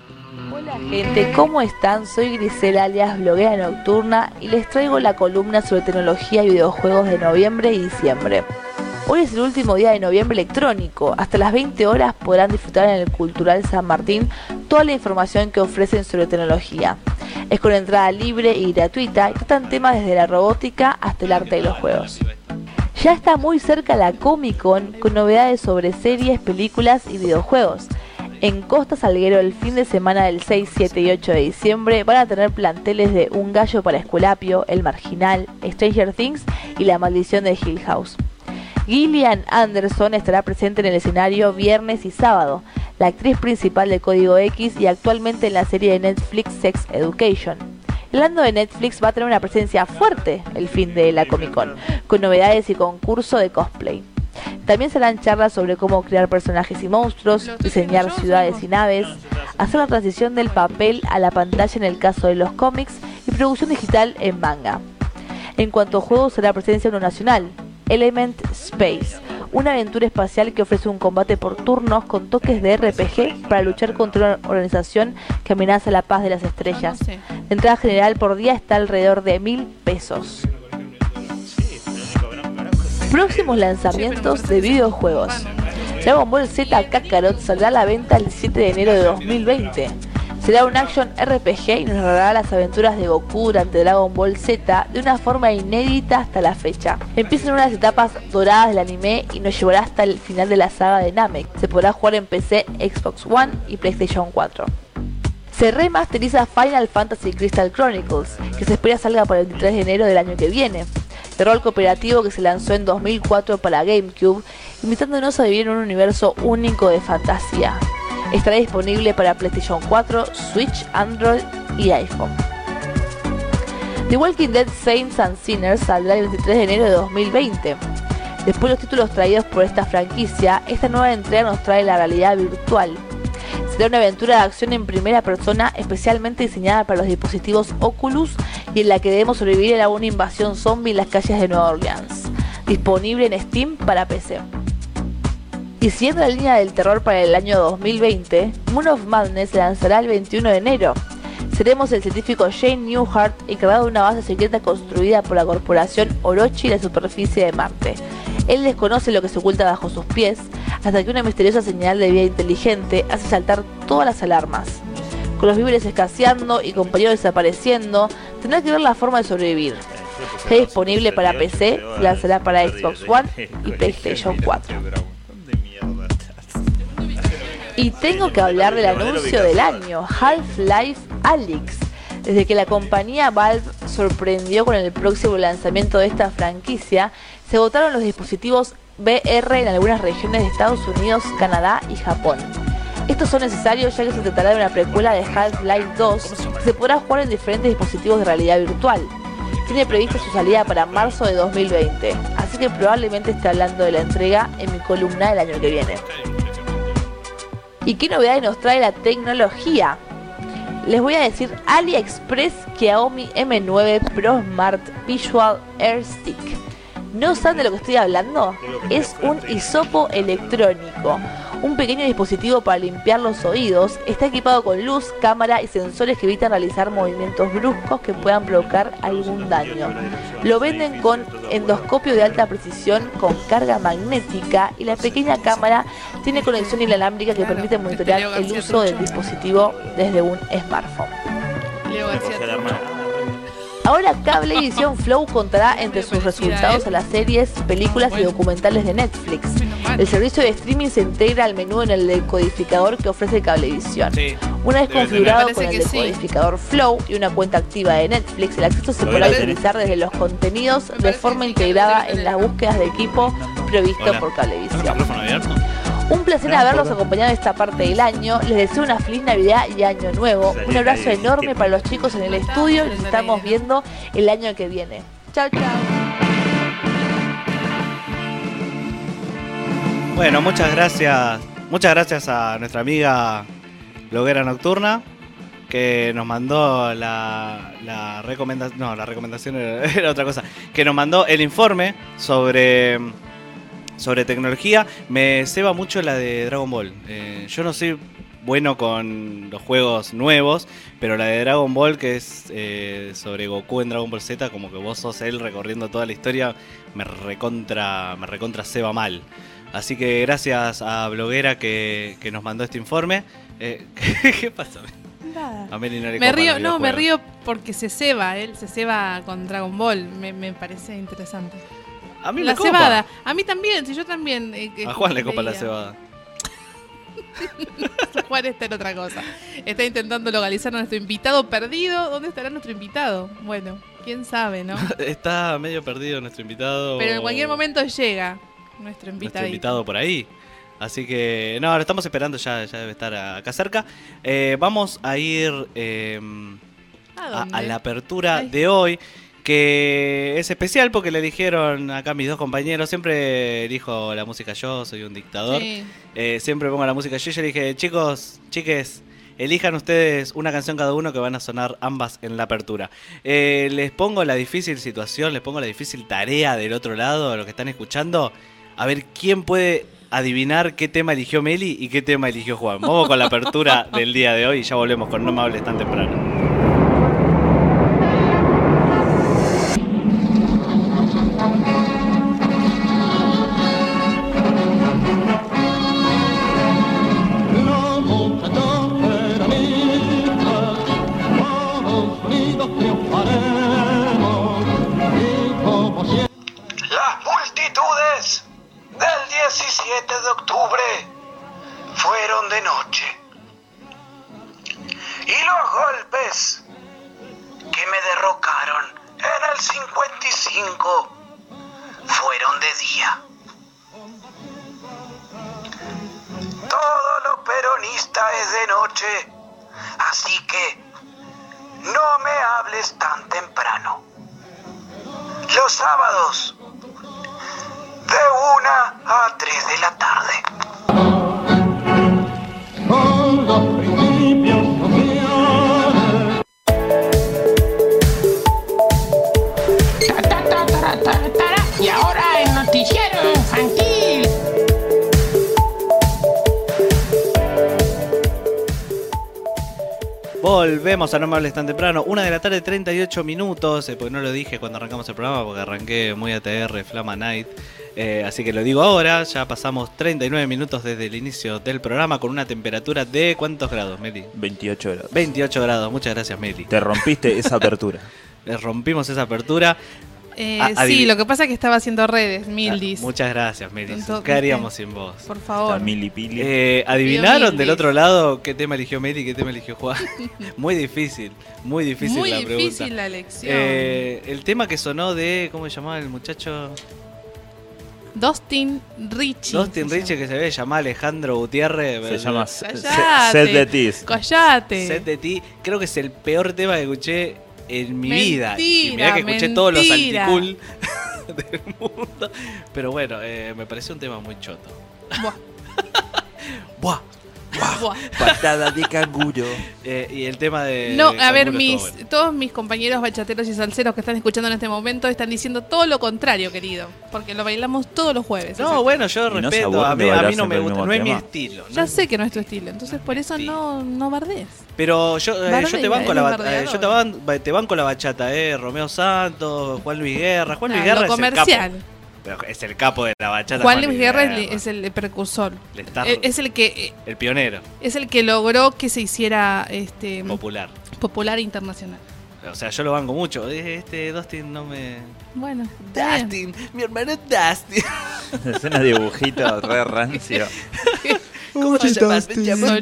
Hola gente, ¿cómo están? Soy Grisela alias bloguera nocturna y les traigo la columna sobre tecnología y videojuegos de noviembre y diciembre. Hoy es el último día de noviembre electrónico. Hasta las 20 horas podrán disfrutar en el Cultural San Martín toda la información que ofrecen sobre tecnología. Es con entrada libre y gratuita y tratan temas desde la robótica hasta el arte de los juegos. Ya está muy cerca la Comic Con con novedades sobre series, películas y videojuegos. En Costa Salguero el fin de semana del 6, 7 y 8 de diciembre van a tener planteles de Un gallo para Esculapio, El Marginal, Stranger Things y La maldición de Hill House. Gillian Anderson estará presente en el escenario viernes y sábado, la actriz principal de Código X y actualmente en la serie de Netflix Sex Education. Hablando de Netflix, va a tener una presencia fuerte el fin de la Comic Con, con novedades y concurso de cosplay. También serán charlas sobre cómo crear personajes y monstruos, Lo estoy diseñar haciendo yo, ciudades somos. y naves, hacer la transición del papel a la pantalla en el caso de los cómics y producción digital en manga. En cuanto a juegos, será presencia uno nacional, Element Space, una aventura espacial que ofrece un combate por turnos con toques de RPG para luchar contra una organización que amenaza la paz de las No, no estrellas. sé. La entrada general por día está alrededor de mil pesos. Próximos lanzamientos de videojuegos. Dragon Ball Z Kakarot saldrá a la venta el 7 de enero de 2020. Será un action RPG y nos narrará las aventuras de Goku durante Dragon Ball Z de una forma inédita hasta la fecha. Empiezan unas etapas doradas del anime y nos llevará hasta el final de la saga de Namek. Se podrá jugar en PC, Xbox One y PlayStation 4. Se remasteriza Final Fantasy Crystal Chronicles, que se espera salga para el 23 de enero del año que viene. De rol cooperativo que se lanzó en 2004 para GameCube, invitándonos a vivir en un universo único de fantasía. Estará disponible para PlayStation 4, Switch, Android y iPhone. The Walking Dead Saints and Sinners saldrá el 23 de enero de 2020. Después de los títulos traídos por esta franquicia, esta nueva entrega nos trae la realidad virtual. Será una aventura de acción en primera persona especialmente diseñada para los dispositivos Oculus y en la que debemos sobrevivir a una invasión zombie en las calles de Nueva Orleans. Disponible en Steam para PC. Y siguiendo la línea del terror para el año 2020, Moon of Madness se lanzará el 21 de enero. Seremos el científico Jane Newhart encargado de una base secreta construida por la corporación Orochi en la superficie de Marte. Él desconoce lo que se oculta bajo sus pies, hasta que una misteriosa señal de vida inteligente hace saltar todas las alarmas. Con los víveres escaseando y compañeros desapareciendo, tendrá que ver la forma de sobrevivir. Está disponible para PC, se lanzará para Xbox One y PlayStation 4. Y tengo que hablar del anuncio del año, Half-Life Alyx. Desde que la compañía Valve sorprendió con el próximo lanzamiento de esta franquicia, se agotaron los dispositivos VR en algunas regiones de Estados Unidos, Canadá y Japón. Estos son necesarios ya que se tratará de una precuela de Half-Life 2 que se podrá jugar en diferentes dispositivos de realidad virtual. Tiene previsto su salida para marzo de 2020, así que probablemente esté hablando de la entrega en mi columna del año que viene. ¿Y qué novedades nos trae la tecnología? Les voy a decir AliExpress Xiaomi M9 Pro Smart Visual Air Stick. ¿No saben de lo que estoy hablando? Es un hisopo electrónico. Un pequeño dispositivo para limpiar los oídos está equipado con luz, cámara y sensores que evitan realizar movimientos bruscos que puedan provocar algún daño. Lo venden con endoscopio de alta precisión con carga magnética y la pequeña cámara tiene conexión inalámbrica que permite monitorear el uso del dispositivo desde un smartphone. Leo García Porque la Trucho. hermana- Ahora Cablevisión Flow contará entre sus resultados a las series, películas y documentales de Netflix. Menos mal. El servicio de streaming se integra al menú en el decodificador que ofrece Cablevisión. Sí. Una vez Debe tener. configurado Me con el parece que sí. decodificador Flow y una cuenta activa de Netflix, el acceso se Lo podrá voy a tener. utilizar desde los contenidos de parece forma que sí, integrada que lo en voy a las tener. búsquedas de equipo previsto Hola. por ¿Está el Cablevisión. micrófono abierto? Un placer haberlos acompañado en esta parte del año. Les deseo una feliz Navidad y Año Nuevo. Un abrazo enorme para los chicos en el estudio. Nos estamos viendo el año que viene. Chao, chao. Bueno, muchas gracias. Muchas gracias a nuestra amiga Bloguera Nocturna que nos mandó la, la recomendación. No, la recomendación era, era otra cosa. Que nos mandó el informe sobre. Sobre tecnología. Me ceba mucho la de Dragon Ball. Eh, yo no soy bueno con los juegos nuevos, pero la de Dragon Ball, que es eh, sobre Goku en Dragon Ball Z, como que vos sos él recorriendo toda la historia, me recontra, me recontra ceba mal. Así que gracias a Bloguera que, que nos mandó este informe. Eh, ¿Qué pasa? A Meli no le Me copan río, los no, me Ah, videojuegos. río porque se ceba, él se ceba con Dragon Ball, me, me parece interesante. A mí La me copa. cebada, a mí también, si yo también. eh, que A Juan le copa la leía. cebada. Juan está en otra cosa. Está intentando localizar a nuestro invitado perdido. ¿Dónde estará nuestro invitado? Bueno, quién sabe, ¿no? Está medio perdido nuestro invitado. Pero en cualquier momento llega nuestro invitado. Oh. nuestro invitado por ahí. Así que, no, lo estamos esperando, ya, ya debe estar acá cerca. Eh, vamos a ir eh, ¿A a, dónde? a la apertura Ay. de hoy, que es especial porque le dijeron acá mis dos compañeros, siempre dijo la música yo, soy un dictador. Sí. Eh, siempre pongo la música. Yo ya le dije, chicos, chiques, elijan ustedes una canción cada uno que van a sonar ambas en la apertura. Eh, les pongo la difícil situación, les pongo la difícil tarea del otro lado, a los que están escuchando, a ver quién puede adivinar qué tema eligió Meli y qué tema eligió Juan. Vamos con la apertura del día de hoy y ya volvemos con No me hables tan temprano. Las multitudes del 17 de octubre fueron de noche. Y los golpes que me derrocaron en el 55 fueron de día. Todo lo peronista es de noche, así que no me hables tan temprano. Los sábados de 1 a 3 de la tarde. Y ahora el noticiero infantil. Volvemos a No me hables tan temprano. Una de la tarde, 38 minutos. eh, porque no lo dije cuando arrancamos el programa, porque arranqué muy ATR, Flama Night. Eh, así que lo digo ahora. Ya pasamos 39 minutos desde el inicio del programa con una temperatura de ¿cuántos grados, Meli? 28 grados. 28 grados. Muchas gracias, Meli. Te rompiste esa apertura. Eh, Rompimos esa apertura. Eh, A- sí, adiv- lo que pasa es que estaba haciendo redes, Ah, Mildis. Muchas gracias, Meli. Entonces, ¿Qué haríamos sin vos? por La favor. milipili. Eh, ¿Adivinaron Mildis. del otro lado qué tema eligió Meli y qué tema eligió Juan? muy difícil, muy difícil Muy la pregunta. difícil la elección. Eh, el tema que sonó de, ¿cómo se llamaba el muchacho? Dustin Richie. Dustin Richie, que se ve, llama Alejandro Gutiérrez. se ¿verdad? llama Se- Se- Callate. Set de Tis. Callate. Set de ti. Creo que es el peor tema que escuché en mi vida. Y Mentira, mirá que escuché todos los mentira. anticul del mundo. Pero bueno, eh, me pareció un tema muy choto. Buah, Buah. buah. Patada de canguro. Eh, y el tema de. No, de a ver, Canguro mis, Eh, estuvo bueno. todos mis compañeros bachateros y salseros que están escuchando en este momento están diciendo todo lo contrario, querido. Porque lo bailamos todos los jueves. o sea, No, bueno, yo no se aburren respeto. a, de mí, a bailar mí no siempre me el gusta, mismo no es mi tema. estilo. Ya no- sé que no es tu estilo, entonces por eso no, no bardees. Pero yo, eh, Bardea, yo te banco la eres ba- bardeador. eh, yo te, ban- ba- te banco la bachata, eh, Romeo Santos, Juan Luis Guerra, Juan Luis Ah, Guerra lo es comercial. el capo. Pero es el capo de la bachata. Juan Luis Guerra es el- es el precursor. Le está- Eh, Es el que el pionero es el que logró que se hiciera este popular. popular e internacional. O sea, yo lo banco mucho. Eh, Este Dustin no me. Bueno, está bien. Dustin, mi hermano Dustin. Escena de dibujito re rancio. ¿Cómo te llamas? Me llamo son,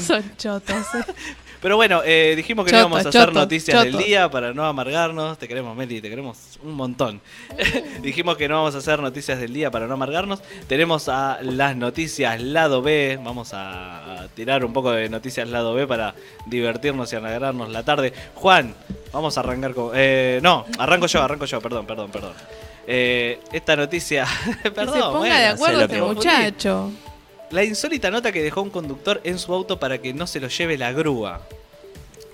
son chotos. eh. Pero bueno, eh, dijimos que no Choto, íbamos a hacer choto, noticias del choto. día para no amargarnos. Te queremos, Meli, te queremos un montón. dijimos que no vamos a hacer noticias del día para no amargarnos. Tenemos a las noticias lado B. Vamos a a tirar un poco de noticias lado B para divertirnos y alegrarnos la tarde. Juan, vamos a arrancar con. eh, no, arranco yo, arranco yo, perdón, perdón, perdón. Eh, esta noticia. Que perdón, se ponga bueno, de sé acuerdo lo este que vos muchacho. la insólita nota que dejó un conductor en su auto para que no se lo lleve la grúa.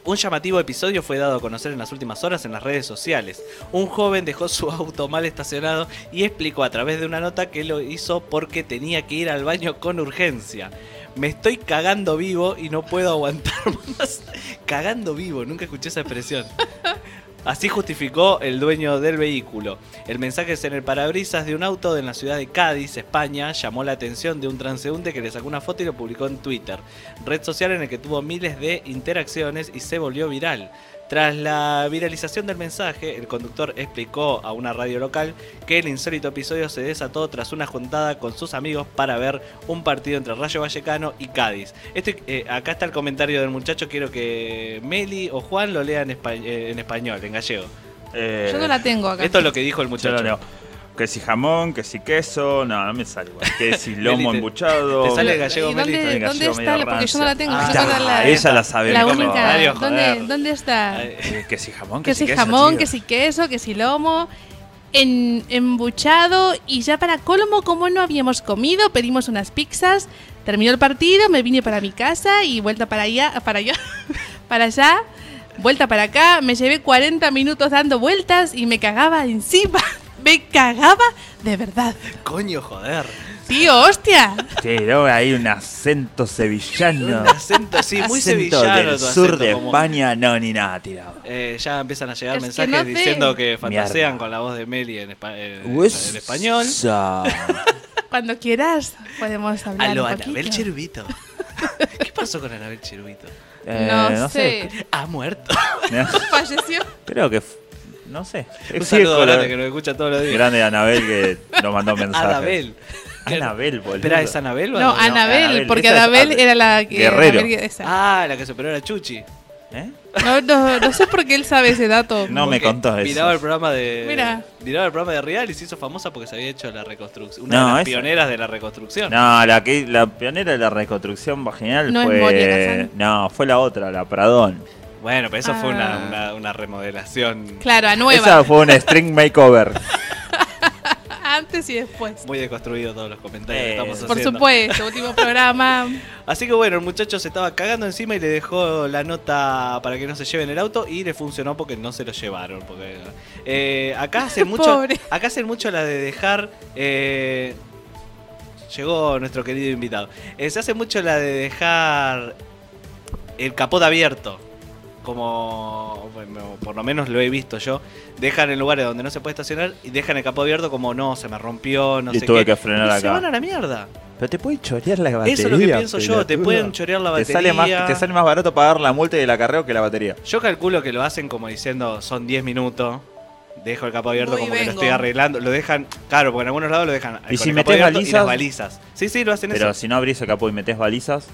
Un llamativo episodio fue dado a conocer en las últimas horas en las redes sociales. Un joven dejó su auto mal estacionado y explicó a través de una nota que lo hizo porque tenía que ir al baño con urgencia. Me estoy cagando vivo y no puedo aguantar más. Cagando vivo, nunca escuché esa expresión. Así justificó el dueño del vehículo. El mensaje es en el parabrisas de un auto en la ciudad de Cádiz, España, llamó la atención de un transeúnte que le sacó una foto y lo publicó en Twitter, red social en la que tuvo miles de interacciones y se volvió viral. Tras la viralización del mensaje, el conductor explicó a una radio local que el insólito episodio se desató tras una juntada con sus amigos para ver un partido entre Rayo Vallecano y Cádiz. Esto, eh, acá está el comentario del muchacho, quiero que Meli o Juan lo lean en, espa- eh, en español, en gallego. Eh, Yo no la tengo acá. Esto es lo que dijo el yo muchacho. lo leo. Que si jamón, que si queso, no, no me sale. igual. Que si Meli, lomo te- embuchado. te sale ¿Y gallego, dónde, Meli. dónde Gallego está? medio Porque yo no rancio. la tengo. Ah, yo tengo la, Ella la sabe. la ¿cómo? única. Mario, ¿Dónde, joder. ¿Dónde está? Ay, Eh, Que si jamón, que, que si queso, jamón, tío. que si queso, que si lomo, en, embuchado y ya para colmo, como no habíamos comido, pedimos unas pizzas, terminó el partido, me vine para mi casa y vuelta para allá, para allá, para allá, vuelta para acá, me llevé 40 minutos dando vueltas y me cagaba encima, me cagaba de verdad. Coño, joder. Tío, hostia. Tiró ahí un acento sevillano. Un acento, sí, acento muy sevillano. del tu sur acento, de como- España, no, ni nada tirado. Eh, ya empiezan a llegar Es que mensajes no sé. diciendo que fantasean Mierda. con la voz de Meli en, espa- eh, en español. Huesa. Cuando quieras podemos hablar A lo un poquito. Anabel Cherubito. ¿Qué pasó con Anabel Cherubito? Eh, No sé. Ha muerto. Falleció. Creo que. f- No sé. Un Sigue saludo con la- grande que nos escucha todos los días. Grande Anabel que nos mandó mensajes. Anabel. Anabel, boludo. Espera, ¿es Anabel o No, Anabel? Anabel, Anabel, porque esa es Anabel Anabel. era la que... Guerrero. Anabel- esa. Ah, la que se operó era Chuchi. ¿Eh? No, no, no sé por qué él sabe ese dato. No me Porque contó eso. Miraba el programa de. Mira. Miraba el programa de Real y se hizo famosa porque se había hecho la reconstrucción. Una No, de las esa- pioneras de la reconstrucción. No, la, que, la pionera de la reconstrucción vaginal No es fue. Moria Kazan. no, fue la otra, la Pradón. Bueno, pero eso fue una, Ah. una- una remodelación Claro, a nueva. Esa fue un string makeover. Antes y después. muy deconstruido todos los comentarios que Eh, estamos Por haciendo. supuesto, último programa. Así que bueno, el muchacho se estaba cagando encima y le dejó la nota para que no se lleven el auto y le funcionó porque no se lo llevaron. Porque, eh, acá hacen mucho, Pobre. acá hacen mucho la de dejar. eh, llegó nuestro querido invitado. Eh, se hace mucho la de dejar el capot abierto. como bueno, por lo menos lo he visto yo, dejan en lugares donde no se puede estacionar y dejan el capó abierto como no, se me rompió, no Y sé tuve qué. que frenar Y Se acá. van a la mierda. Pero te pueden chorear la batería. Eso es lo que pienso yo, te pelotudo. pueden chorear la Te sale, batería. más, te sale más barato pagar la multa y el acarreo que la batería. Yo calculo que lo hacen como diciendo, son 10 minutos. Dejo el capó abierto Voy y como que lo vengo. estoy arreglando. Lo dejan, claro, porque en algunos lados lo dejan. con ¿Y si el capó metés abierto Y las balizas? balizas. Sí, sí, lo hacen Pero eso. si no abrís el capó y metés balizas.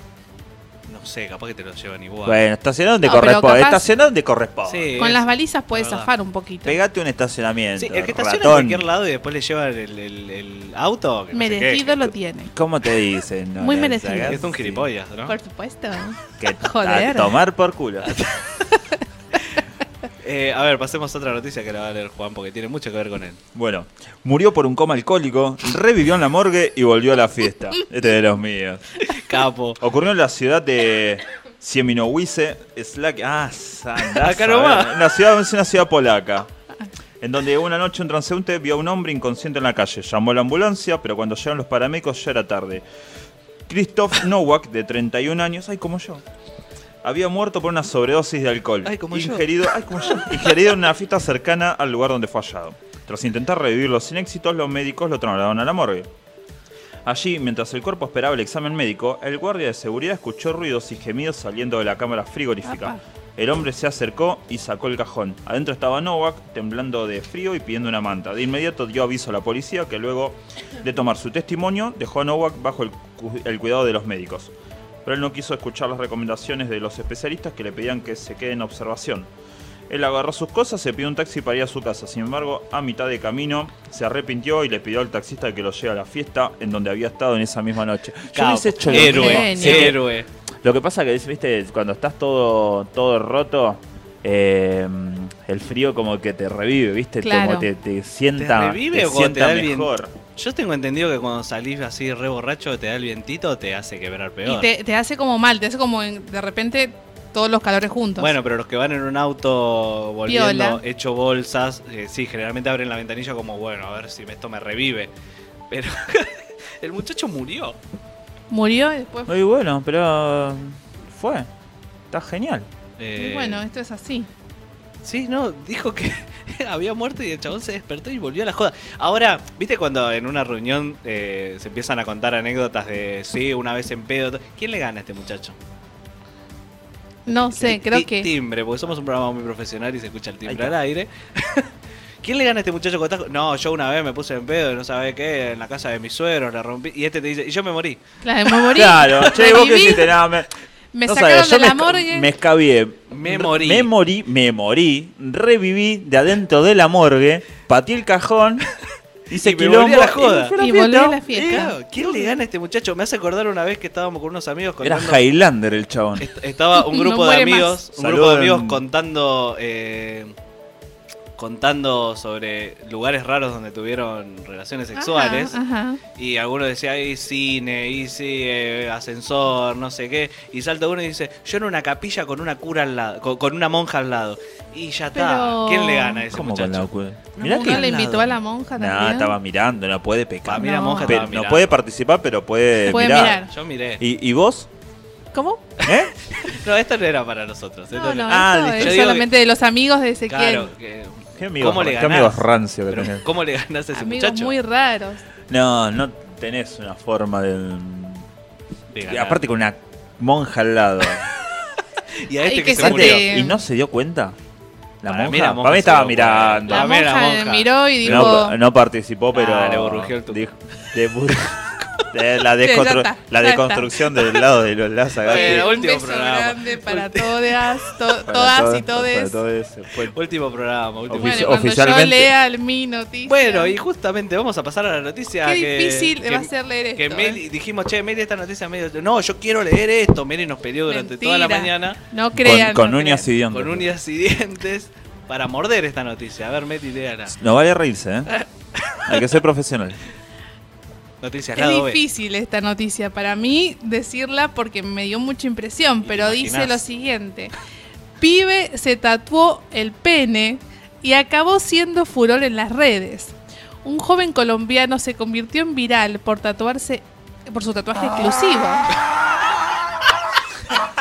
No sé, capaz que te lo llevan igual. Bueno, estacioná donde No, pero corresponde. capaz- Estacioná donde corresponde. Sí, Con es- las balizas puedes verdad. zafar un poquito. Pegate un estacionamiento. Sí, el que estaciona en ratón. cualquier lado y después le llevan el, el- el auto. que no sé qué, Merecido que- lo tiene. ¿Cómo te dicen? Muy Le merecido. sacás- Es un gilipollas, ¿no? Por supuesto. Que Joder. A tomar por culo. Eh, a ver, pasemos a otra noticia que la va a leer Juan porque tiene mucho que ver con él. Bueno, murió por un coma alcohólico, revivió en la morgue y volvió a la fiesta. Este es de los míos. Capo. Ocurrió en la ciudad de Sieminowice, Slack. Ah, sandás, Acá nomás. a ver. Una ciudad, es una ciudad polaca. En donde una noche un transeúnte vio a un hombre inconsciente en la calle. Llamó a la ambulancia, pero cuando llegaron los paramédicos ya era tarde. Christoph Nowak, de 31 años, ay como yo, había muerto por una sobredosis de alcohol. Ay, como yo. ingerido, ay, como yo, ingerido en una fiesta cercana al lugar donde fue hallado. Tras intentar revivirlo sin éxitos, los médicos lo trasladaron a la morgue. Allí, mientras el cuerpo esperaba el examen médico, el guardia de seguridad escuchó ruidos y gemidos saliendo de la cámara frigorífica. Apa. El hombre se acercó y sacó el cajón. Adentro estaba Novak, temblando de frío y pidiendo una manta. De inmediato dio aviso a la policía que luego de tomar su testimonio dejó a Novak bajo el, cu- el cuidado de los médicos. Pero él no quiso escuchar las recomendaciones de los especialistas que le pedían que se quede en observación. Él agarró sus cosas, se pidió un taxi para ir a su casa. Sin embargo, a mitad de camino se arrepintió y le pidió al taxista que lo lleve a la fiesta en donde había estado en esa misma noche. Yo Capo. hubiese hecho lo héroe. mismo. Genio. Sí. Héroe. Lo que pasa que, viste, cuando estás todo, todo roto, eh, el frío como que te revive, viste, Claro. como te, te sienta, ¿Te revive o cuando te sienta da el bien- mejor. Yo tengo entendido que cuando salís así re borracho, te da el vientito, te hace quebrar peor. Y te, te hace como mal, te hace como en- de repente todos los calores juntos. Bueno, pero los que van en un auto volviendo Piola. hecho bolsas, eh, sí, generalmente abren la ventanilla como, bueno, a ver si esto me revive. Pero el muchacho murió. Murió y después. Muy bueno, pero fue. Está genial. Eh, Bueno, esto es así. Sí, no, dijo que había muerto y el chabón se despertó y volvió a la joda. Ahora, ¿viste cuando en una reunión eh, se empiezan a contar anécdotas de, sí, una vez en pedo? to- ¿Quién le gana a este muchacho? No sé, El ti- creo que. Timbre, porque somos un programa muy profesional y se escucha el timbre Ahí al está. aire. ¿Quién le gana a este muchacho con tajo? No, yo una vez me puse en pedo, no sabe qué, en la casa de mis suegros, la rompí. Y este te dice, y yo me morí. Claro, me morí. Claro, che, vos que Reviví, hiciste nada. Me, Me no sacaron sabés, de yo la me, morgue. Me escabié. Me Re- morí. Me morí, me morí. Reviví de adentro de la morgue. Patí el cajón. Hice Y me quilombo. volví a la joda. fui a Y volví a la Claro, fiesta. ¿Quién le gana a este muchacho? Me hace acordar una vez que estábamos con unos amigos Era contando... Highlander el chabón. Est- Estaba un No grupo de muere amigos, más. un grupo de Saludan. amigos contando eh, contando sobre lugares raros donde tuvieron relaciones Ajá, sexuales. ajá. Y alguno decía, ahí cine, y sí, eh, ascensor, no sé qué. Y salta uno y dice, yo en una capilla con una cura al lado, con, con una monja al lado. Y ya está. Pero- ¿Quién le gana a ese ¿Cómo con la muchacho? locura? No, Mirá no que- le invitó a la monja también. No, estaba mirando, no puede Para pecar. mí la No. monja Pe- estaba no mirando. puede participar, pero puede, Puede mirar. mirar. Ah, Yo miré. ¿Y, y vos? ¿Cómo? ¿Eh? No, esto no era para nosotros. esto No, no, no- Ah, eso yo es digo que- solamente de los amigos de Ezequiel. Claro. que- ¿Qué amigos, ¿Cómo le qué ganás? amigos rancio que pero tenés? ¿Cómo le ganas a ese amigos muchacho? muy raros. No, no tenés una forma de... De y ganar. aparte con una monja al lado. y a este Ay, que que se se murió. te- ¿Y no se dio cuenta? La Para monja. mí la monja Para mí se estaba dio cuenta. mirando. La Para mí era monja, monja. miró y dijo. No, no participó, pero... Ah, le burbujeó el tubo. dijo- le bur- de la, Sí, ya descontru- está, la ya está. deconstrucción del lado de los lazos. Bueno, un último beso programa. grande para todas, to- todas y todes. Último programa, último. Bueno, Ofici- cuando oficialmente. yo lea el- mi noticia. Bueno, y justamente vamos a pasar a la noticia. Qué que- difícil que- va a ser leer esto. Que ¿eh? Meli, dijimos, che, Meli, esta noticia medio. No, yo quiero leer esto. Meli nos peleó durante toda la Mentira. mañana No crean. con no uñas crean. y dientes. con uñas y dientes para morder esta noticia. A ver, Meli, léala. No vale reírse, ¿eh? Hay que ser profesional. Noticias lado Es B. difícil esta noticia para mí decirla porque me dio mucha impresión, pero dice imaginás. lo siguiente. Pibe se tatuó el pene y acabó siendo furor en las redes. Un joven colombiano se convirtió en viral por tatuarse por su tatuaje exclusivo.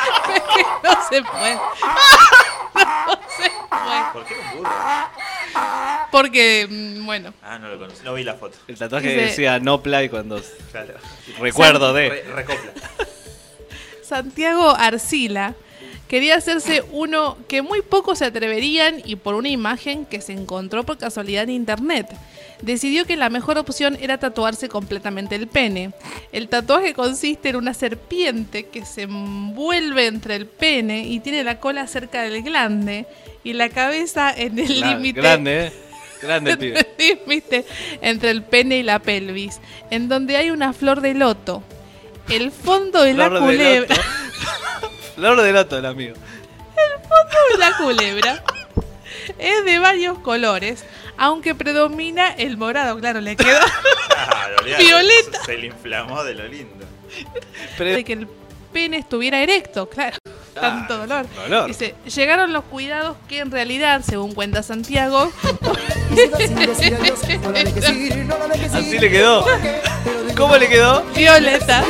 Es que no se puede. Porque, mm, bueno. Ah, no lo conocí. No vi la foto. El tatuaje Dice- decía no play cuando Claro. recuerdo de. Re- recopla. Santiago Arcila quería hacerse uno que muy pocos se atreverían y por una imagen que se encontró por casualidad en internet. Decidió que la mejor opción era tatuarse completamente el pene. El tatuaje consiste en una serpiente que se envuelve entre el pene y tiene la cola cerca del glande y la cabeza en el Gran- límite grande, eh. Grande el pibe. ¿Viste? entre el pene y la pelvis, en donde hay una flor de loto. El fondo de la Flor de culebra. loto. Flor de loto, el amigo. La culebra es de varios colores, aunque predomina el morado, claro, le quedó Ah, Claro, olvidate, Violeta. Se, se le inflamó de lo lindo. Pero de que el pene estuviera erecto, claro. Tanto dolor. dolor. Dice, llegaron los cuidados que en realidad, según cuenta Santiago, así le quedó. ¿Cómo le quedó? Violeta.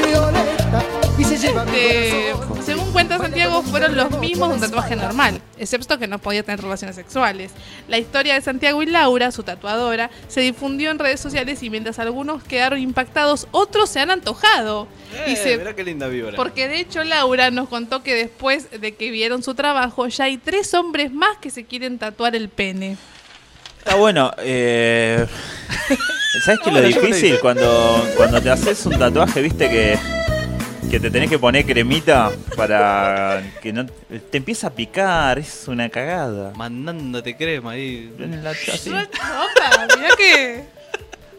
Este, según cuenta Santiago, fueron los mismos de un tatuaje normal, excepto que no podía tener relaciones sexuales. La historia de Santiago y Laura, su tatuadora, se difundió en redes sociales y mientras algunos quedaron impactados, otros se han antojado. Eh, Dice, mirá qué linda vibra. porque de hecho Laura nos contó que después de que vieron su trabajo, ya hay tres hombres más que se quieren tatuar el pene. Está bueno. Eh... ¿Sabes que lo Ahora yo le difícil cuando, cuando te haces un tatuaje, viste que, que te tenés que poner cremita para que no te empieza a picar? Es una cagada. Mandándote crema ahí. En la- así. Opa, mirá que...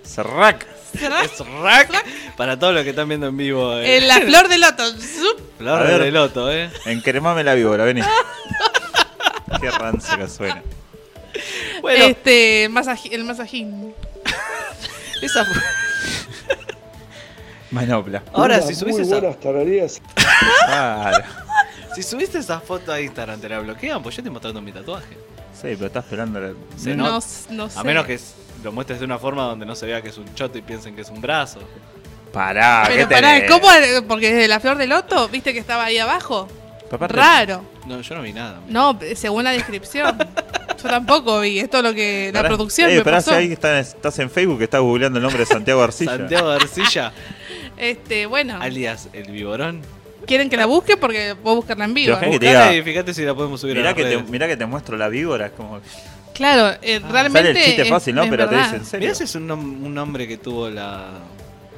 Cerrac. Es rack para todos los que están viendo en vivo. eh. En la flor del loto. zup. A Flor ver. de loto, eh. Encremame la víbora, vení. Qué rancio que suena. Bueno, Este, masaji- el masajismo. esa fue- Manopla. Ahora, si subís, esa, Claro. si subiste esa foto a Instagram, te la bloquean, pues yo estoy mostrando mi tatuaje. Sí, pero estás esperando la... Se no, nota. s- no sé. A menos que s- lo muestres de una forma donde no se vea que es un choto y piensen que es un brazo. Pará, Pero ¿qué pará, tenés? ¿cómo? Porque desde la flor del loto, viste que estaba ahí abajo. Papá, te- Raro. No, yo no vi nada. No, según la descripción. Yo tampoco vi. Esto es lo que la pará. producción Eh, me pará, pasó. si ahí está- estás en Facebook que estás googleando el nombre de Santiago Arcilla. Santiago Garcilla, Este, bueno. alias el Viborón. ¿Quieren que la busque? Porque voy a buscarla en vivo. Ojalá que te Buscala diga- y fíjate si la podemos subir a Mirá las que, te, redes. mirá que te muestro la víbora. Como... Claro, eh, realmente. ah, Sale el chiste es- fácil, ¿no? es Pero te verdad. dicen, ¿en serio? Mirá si es un, nom- un hombre que tuvo la,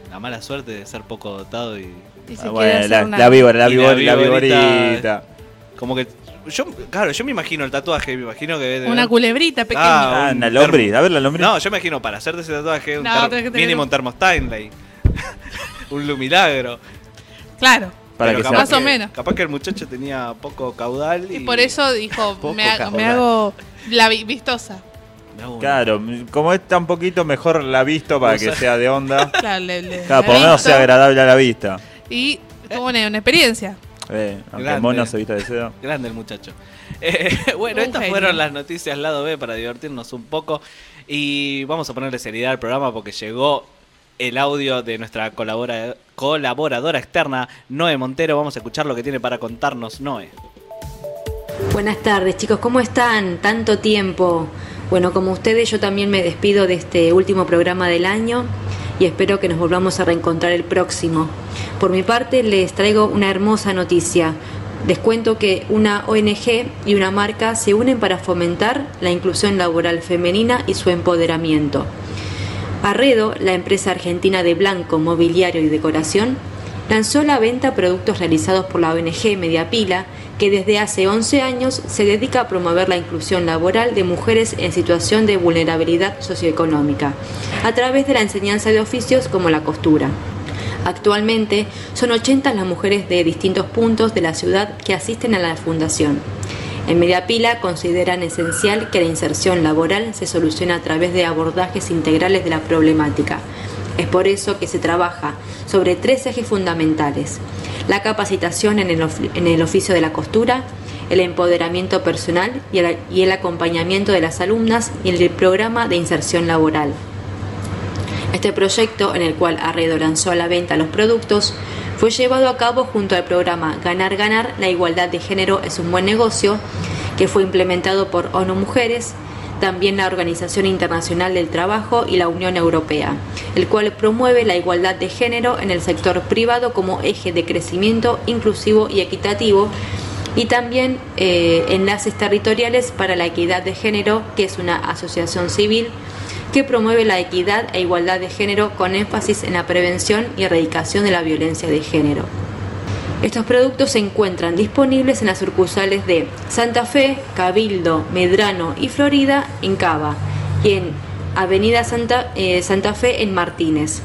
la mala suerte de ser poco dotado y. Y se quiere Ah, bueno, hacer la, una- la víbora, la Ah, Y la víbora, la víborita. víborita. Como que. Yo, claro, yo me imagino el tatuaje, me imagino que. debe una tener- culebrita pequeña. Ah, un una lombriz. termo. A ver la lombriz. No, yo me imagino para hacerte ese tatuaje, un No, termo- tenés que tener- mínimo un termo Steinley. un lumilagro. Claro. Para Pero que capaz Más sea. o menos. Capaz que el muchacho tenía poco caudal y. Y por eso dijo, Poco me, ha- me caudal. hago la vi- vistosa. Me hago un- Claro, m- como es tan poquito, mejor la visto para que Usa- sea de onda. Claro, le- le- Claro, la por lo menos visto. sea agradable a la vista. Y tuvo una, una experiencia. Eh, aunque Grande. el mono se vista de seda. Grande el muchacho. Eh, bueno, Un estas genio. fueron las noticias lado B para divertirnos un poco. Y vamos a ponerle seriedad al programa porque llegó el audio de nuestra colabora- colaboradora externa, Noé Montero. Vamos a escuchar lo que tiene para contarnos Noé. Buenas tardes chicos, ¿cómo están? Tanto tiempo. Bueno, como ustedes yo también me despido de este último programa del año y espero que nos volvamos a reencontrar el próximo. Por mi parte les traigo una hermosa noticia. Les cuento que una ONG y una marca se unen para fomentar la inclusión laboral femenina y su empoderamiento. Arredo, la empresa argentina de blanco, mobiliario y decoración, lanzó a la venta productos realizados por la ONG Mediapila, que desde hace 11 años se dedica a promover la inclusión laboral de mujeres en situación de vulnerabilidad socioeconómica, a través de la enseñanza de oficios como la costura. Actualmente son 80 las mujeres de distintos puntos de la ciudad que asisten a la fundación. En Mediapila consideran esencial que la inserción laboral se solucione a través de abordajes integrales de la problemática. Es por eso que se trabaja sobre tres ejes fundamentales. La capacitación en el, ofi- en el oficio de la costura, el empoderamiento personal y el- y el acompañamiento de las alumnas y el programa de inserción laboral. Este proyecto, en el cual Arredo lanzó a la venta los productos, fue llevado a cabo junto al programa Ganar Ganar, la igualdad de género es un buen negocio, que fue implementado por ONU Mujeres, también la Organización Internacional del Trabajo y la Unión Europea, el cual promueve la igualdad de género en el sector privado como eje de crecimiento inclusivo y equitativo y también eh, enlaces territoriales para la equidad de género, que es una asociación civil que promueve la equidad e igualdad de género con énfasis en la prevención y erradicación de la violencia de género. Estos productos se encuentran disponibles en las sucursales de Santa Fe, Cabildo, Medrano y Florida en Cava y en Avenida Santa, eh, Santa Fe en Martínez,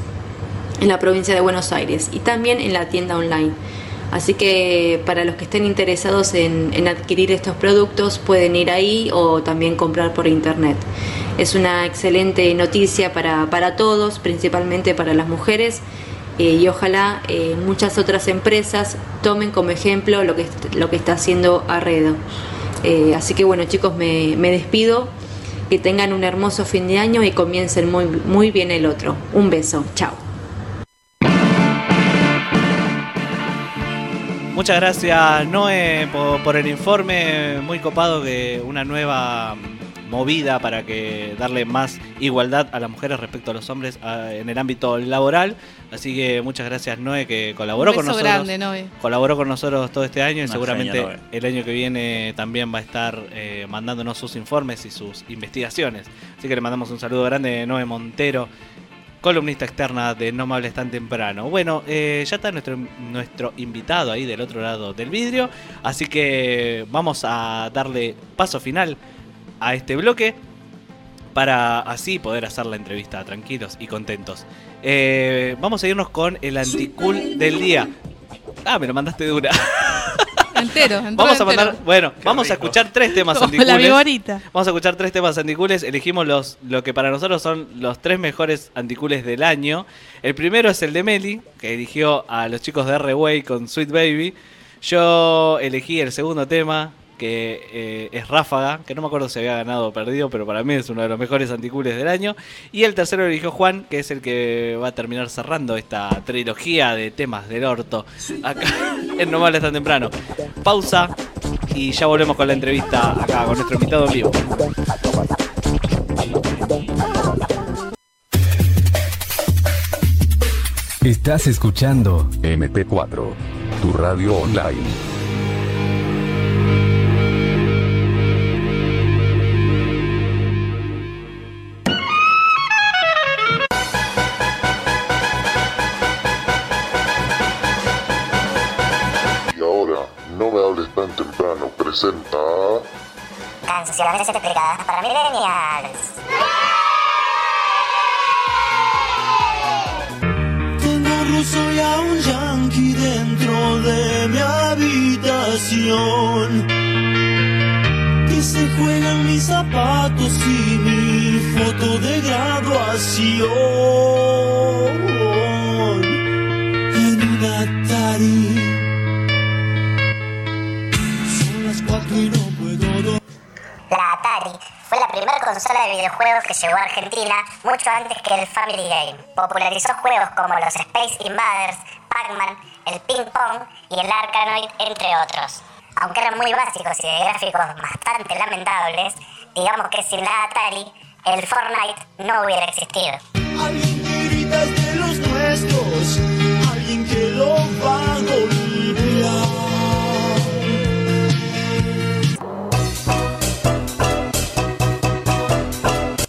en la provincia de Buenos Aires y también en la tienda online. Así que para los que estén interesados en, en adquirir estos productos pueden ir ahí o también comprar por internet. Es una excelente noticia para, para todos, principalmente para las mujeres. eh, y ojalá eh, muchas otras empresas tomen como ejemplo lo que, est- lo que está haciendo Arredo. Eh, así que bueno chicos, me, me despido. Que tengan un hermoso fin de año y comiencen muy, muy bien el otro. Un beso. Chao. Muchas gracias, Noé, po- por, el informe muy copado de una nueva mm, movida para que darle más igualdad a las mujeres respecto a los hombres ah, en el ámbito laboral. Así que muchas gracias, Noé, que colaboró Un con beso nosotros. grande, Noé. Colaboró con nosotros todo este año y Una seguramente genia, Noé. el año que viene también va a estar eh, mandándonos sus informes y sus investigaciones. Así que le mandamos un saludo grande, Noé Montero columnista externa de No me hables tan temprano. Bueno, eh, ya está nuestro, nuestro invitado ahí del otro lado del vidrio, así que vamos a darle paso final a este bloque para así poder hacer la entrevista tranquilos y contentos. Eh, vamos a irnos con el anticool del día. Ah, me lo mandaste de una. Entero, entero. Vamos a entero. mandar, bueno, vamos a rico. escuchar tres temas Como la anticools. viborita. Vamos a escuchar tres temas anticules. Elegimos los, lo que para nosotros son los tres mejores anticules del año. El primero es el de Meli, que eligió a los chicos de R-Way con Sweet Baby. Yo elegí el segundo tema, que eh, es Ráfaga, que no me acuerdo si había ganado o perdido, pero para mí es uno de los mejores anticules del año. Y el tercero lo eligió Juan, que es el que va a terminar cerrando esta trilogía de temas del orto. Acá en No Males tan temprano. Pausa y ya volvemos con la entrevista acá con nuestro invitado en vivo. Estás escuchando MP4, tu radio online. Y ahora, no me hables tan temprano, presenta. Tengo un ruso y a un yankee dentro de mi habitación. Que se juegan mis zapatos y mi foto de graduación. En un Atari. Son las cuatro y no puedo dormir. La Atari fue la primera consola de videojuegos que llegó a Argentina mucho antes que el Family Game. Popularizó juegos como los Space Invaders, Pac-Man, el Ping Pong y el Arkanoid, entre otros. Aunque eran muy básicos y de gráficos bastante lamentables, digamos que sin la Atari, el Fortnite no hubiera existido. Alguien que grita es de los nuestros, alguien que lo va a golpear.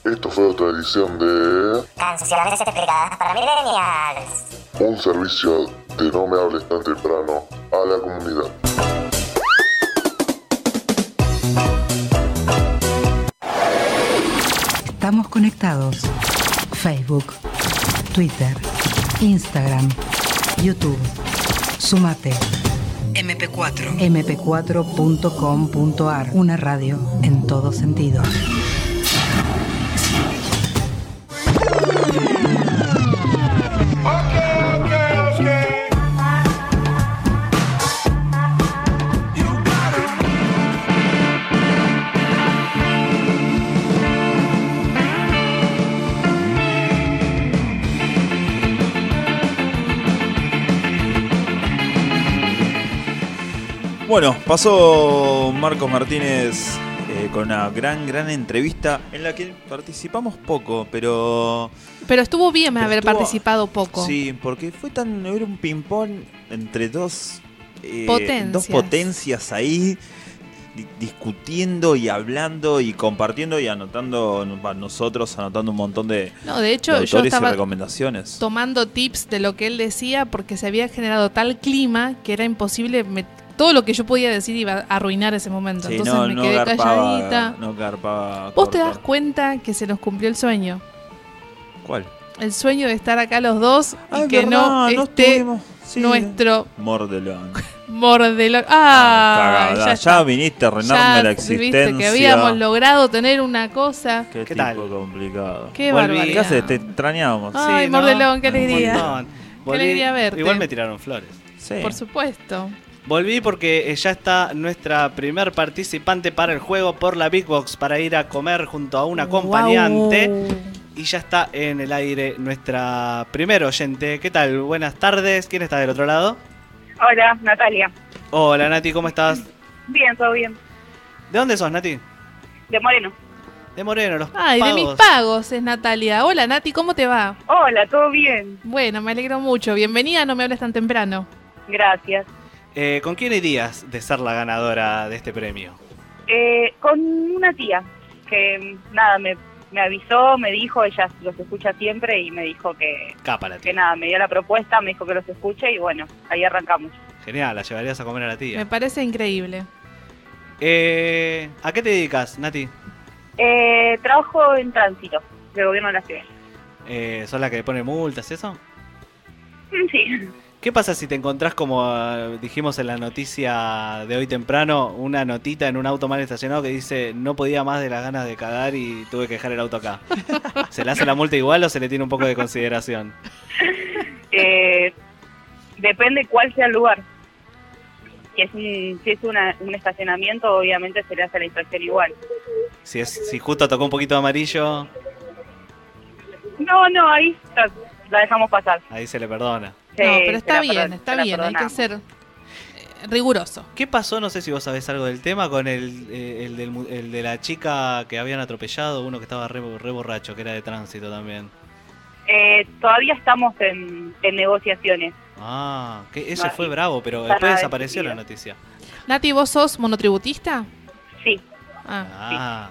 Esto fue otra edición de. Tan socialmente explicadas para millennials. Un servicio de No me hables tan temprano a la comunidad. Estamos conectados. Facebook, Twitter, Instagram, YouTube. Sumate. MP4. mp4.com.ar. Una radio en todo sentido. Bueno, pasó Marcos Martínez eh, eh, con una gran, gran entrevista en la que participamos poco, pero Pero estuvo bien Pero haber estuvo- participado poco. Sí, porque fue tan. Era un ping-pong entre dos. eh, Potencias. Dos potencias ahí. di- discutiendo y hablando y compartiendo y anotando. va, Nosotros anotando un montón de. No, de hecho, de yo autores y estaba recomendaciones. tomando tips de lo que él decía porque se había generado tal clima que era imposible. me- todo lo que yo podía decir iba a arruinar ese momento. Sí, Entonces no, me no quedé garpaba, calladita. No garpaba. Vos te corto. das cuenta que se nos cumplió el sueño. ¿Cuál? Ah, El sueño de estar acá los dos y que no verdad, no esté estuvimos. Sí. nuestro Mordelón. mordelón. Ah, Cagada. ya ya, está. viniste Ya a arruinarme la existencia. Viste que habíamos logrado tener una cosa. Qué, ¿Qué tipo tal? complicado. Qué Volví. barbaridad. ¿Qué haces? Te extrañábamos. Ah. Ay, Mordelón, qué Un alegría. montón. Volví- alegría verte. Igual me tiraron flores. Sí. Por supuesto. Volví porque eh, ya está nuestra primer participante para el juego por la Big Box para ir a comer junto a un acompañante. Y ya está en el aire nuestra primera oyente. ¿Qué tal? Buenas tardes. ¿Quién está del otro lado? Hola, Natalia. Hola Nati, ¿cómo estás? Bien, todo bien. ¿De dónde sos Nati? De Moreno. De Moreno, los Ay, de pagos. mis pagos es Natalia. Hola Nati, ¿cómo te va? Hola, todo bien. Bueno, me alegro mucho. Bienvenida, no me hables tan temprano. Gracias. Eh, ¿Con quién irías de ser la ganadora de este premio? Eh, con una tía que, nada, me, me avisó, me dijo, ella los escucha siempre y me dijo que, Capa la que tía. nada, me dio la propuesta, me dijo que los escuche y bueno, ahí arrancamos. Genial, la llevarías a comer a la Me tía. parece increíble. Eh, ¿A qué te dedicas, Nati? Eh, trabajo en tránsito del gobierno de la ciudad. Eh, ¿Sos la que pone multas, eso? Mm, Sí. ¿Qué pasa si te encontrás, como eh, dijimos en la noticia de hoy temprano, una notita en un auto mal estacionado que dice no podía más de las ganas de cagar y tuve que dejar el auto acá? ¿Se le hace la multa igual o se le tiene un poco de consideración? Eh, depende cuál sea el lugar. Si es, un, si es una- un estacionamiento, obviamente se le hace la inspección igual. Si, es, si justo tocó un poquito de amarillo, No, no, ahí la- la dejamos pasar. ahí se le perdona. Sí, no, pero se está la bien, perdon- se está la bien. Hay que perdonamos. ser eh, riguroso. ¿Qué pasó? No sé si vos sabés algo del tema con el, eh, el, del mu- el de la chica que habían atropellado, uno que estaba re, re borracho, que era de tránsito también. Eh, todavía estamos en, en negociaciones. Ah, que ese No, fue y- bravo, pero para después desapareció la decidir. noticia. Nati, ¿vos sos monotributista? Sí. Ah. Ah,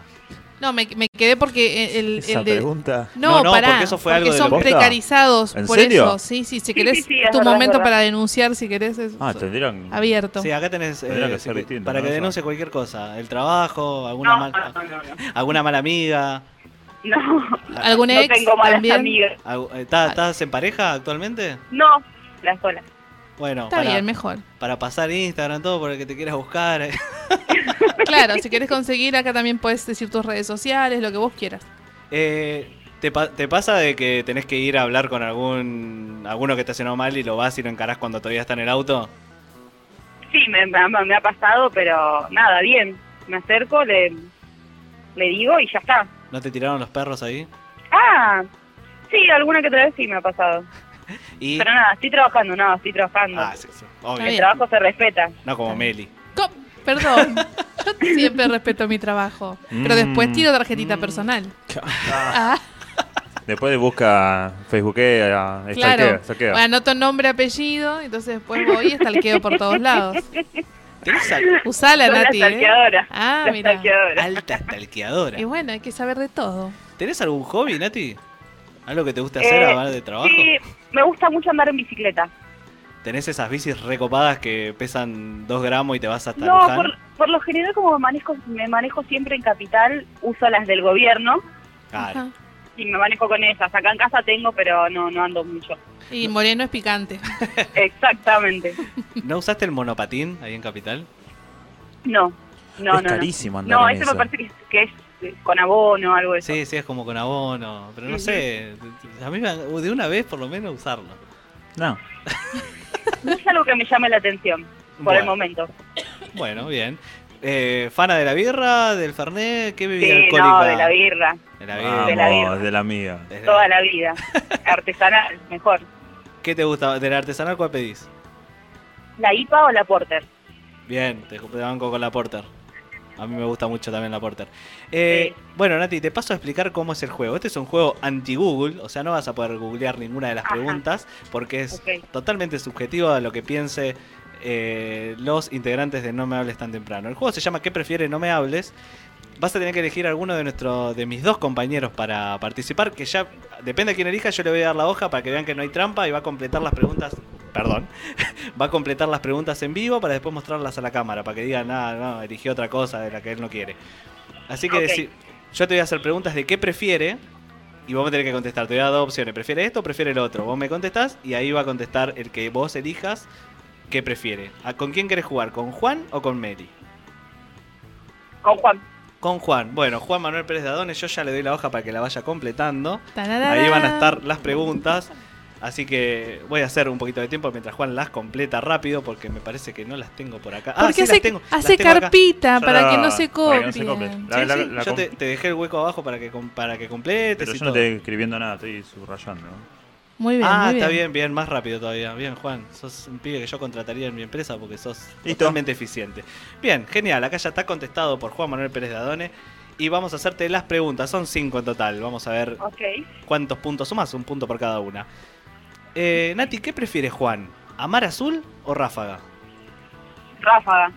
No, me, me quedé porque el, el Esa de... pregunta. No, No, no, pará, porque eso fue algo de son la posta. precarizados, ¿En por serio? eso. Sí, sí, si querés sí, sí, es tu verdad, es momento verdad. para denunciar, si querés, es Ah, tendrían. abierto. sí, acá tenés eh, Tendría que si ser te- distinto, para ¿no? que Eso. denuncie cualquier cosa, el trabajo, alguna, no, mal- no, no, no, alguna mala amiga. no. No, ¿Algún no ex tengo malas también? amigas. algu- eh, Ah. ¿tá- ¿Estás en pareja actualmente? No, la sola. Bueno, Está para, bien, mejor. para pasar Instagram, todo, por el que te quieras buscar. eh. Claro, si querés conseguir, acá también puedes decir tus redes sociales, lo que vos quieras. Eh, ¿te, pa- te pasa de que tenés que ir a hablar con algún alguno que estacionó mal y lo vas y lo encarás cuando todavía está en el auto? Sí, me, me ha- me ha pasado, pero nada, bien. Me acerco, le, le digo y ya está. ¿No te tiraron los perros ahí? Ah, sí, alguna que otra vez sí me ha pasado. Y... Pero nada, estoy trabajando, no, estoy trabajando. Ah, sí, sí, obvio. Está El bien. trabajo se respeta. No como Meli. Co- Perdón, yo siempre respeto mi trabajo, pero después Mm. tiro tarjetita personal. Ah, Después de busca eh, Facebookea, claro. stalkea, stalkea. Bueno, anoto nombre, apellido, entonces después voy y estalqueo por todos lados. Tenés a- Usala, Soy la Nati. ¿eh? stalkeadora. Ah, la mira. stalkeadora. alta stalkeadora. Y bueno, hay que saber de todo. ¿Tenés algún hobby, Nati? ¿Algo que te guste hacer Eh, además de trabajo? Sí, me gusta mucho andar en bicicleta. ¿Tenés esas bicis recopadas que pesan 2 gramos y te vas hasta No, Luján? por, por lo general como me manejo, me manejo siempre en capital, uso las del gobierno Claro. Ajá. y me manejo con esas. Acá en casa tengo, pero no, no ando mucho. Y Moreno es picante. Exactamente. ¿No usaste el monopatín ahí en Capital? No, no, es no. no. carísimo andar No, en eso me esa. parece que, que es eh, con abono o algo de eso. Sí, sí, es como con abono. Pero no Ujú. sé. A mí me, de una vez por lo menos usarlo. No. No es algo que me llame la atención por el Bueno. momento. Bueno, bien. Eh, ¿Fana de la birra, del Fernet? ¿Qué bebida Sí, alcohólica? no, de la birra, De la birra. Vamos, de la la, birra. mía. Desde- toda la vida. Artesanal, mejor. ¿Qué te gusta? ¿Del artesanal cuál pedís? ¿La IPA o la Porter? Bien, te te banco con la Porter. A mí me gusta mucho también la Porter. Eh, Bueno, Nati, te paso a explicar cómo es el juego. Este es un juego anti-Google, o sea, no vas a poder googlear ninguna de las preguntas porque es totalmente subjetivo a lo que piense eh, los integrantes de No Me Hables Tan Temprano. El juego se llama ¿Qué prefiere No Me Hables? Vas a tener que elegir alguno de nuestro, de mis dos compañeros para participar, que ya depende de quién elija, yo le voy a dar la hoja para que vean que no hay trampa y va a completar las preguntas, perdón, va a completar las preguntas en vivo para después mostrarlas a la cámara, para que digan, ah, no, eligió otra cosa de la que él no quiere. Así que Ok. deci- yo te voy a hacer preguntas de qué prefiere y vos me tenés que contestar, te voy a dar dos opciones, ¿prefiere esto o prefiere el otro? Vos me contestás y ahí va a contestar el que vos elijas qué prefiere. ¿A- ¿Con quién querés jugar? ¿Con Juan o con Meli? Con Juan. Con Juan. Bueno, Juan Manuel Pérez de Adones, yo ya le doy la hoja para que la vaya completando. Tararara. Ahí van a estar las preguntas. Así que voy a hacer un poquito de tiempo mientras Juan las completa rápido porque me parece que no las tengo por acá. Porque Ah, sí, hace- las tengo, las hace tengo acá. carpita para que no se para que no se copien. copien. La- Sí, la- sí, la yo com- te, te dejé el hueco abajo para que, com- para que completes. Pero y yo no todo. estoy escribiendo nada, estoy subrayando. Muy bien, ah, muy está bien, bien, más rápido todavía. Bien, Juan, sos un pibe que yo contrataría en mi empresa porque sos totalmente eficiente. Bien, genial, acá ya está contestado por Juan Manuel Pérez de Adone y vamos a hacerte las preguntas, son cinco en total. Vamos a ver Ok. cuántos puntos sumas, un punto por cada una. Eh, Nati, ¿qué prefieres, Juan? ¿Amar azul o ráfaga? Ráfaga.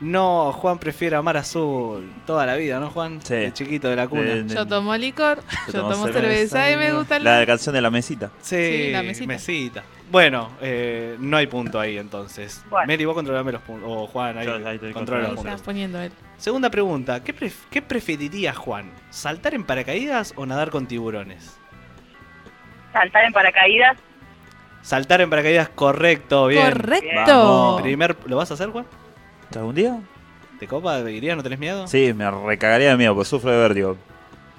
No, Juan prefiere amar azul toda la vida, ¿no, Juan? Sí. El chiquito de la cuna. De- de- Yo tomo licor, yo, tomo cerveza, y me gusta el... La canción de la mesita. Sí, Sí, la mesita. mesita. Bueno, eh, no hay punto ahí entonces. Meli, vos controlame los puntos. O Juan, ahí, controla los Ahí está puntos. poniendo él. Segunda pregunta, ¿qué, pref- qué preferiría Juan? ¿Saltar en paracaídas o nadar con tiburones? Saltar en paracaídas. Saltar en paracaídas, correcto, bien. Correcto. Vamos. Primer, ¿Lo vas a hacer, Juan? ¿Algún día? ¿Te copa? ¿Iría? ¿No tenés miedo? Sí, me recagaría de miedo, porque sufro de vértigo.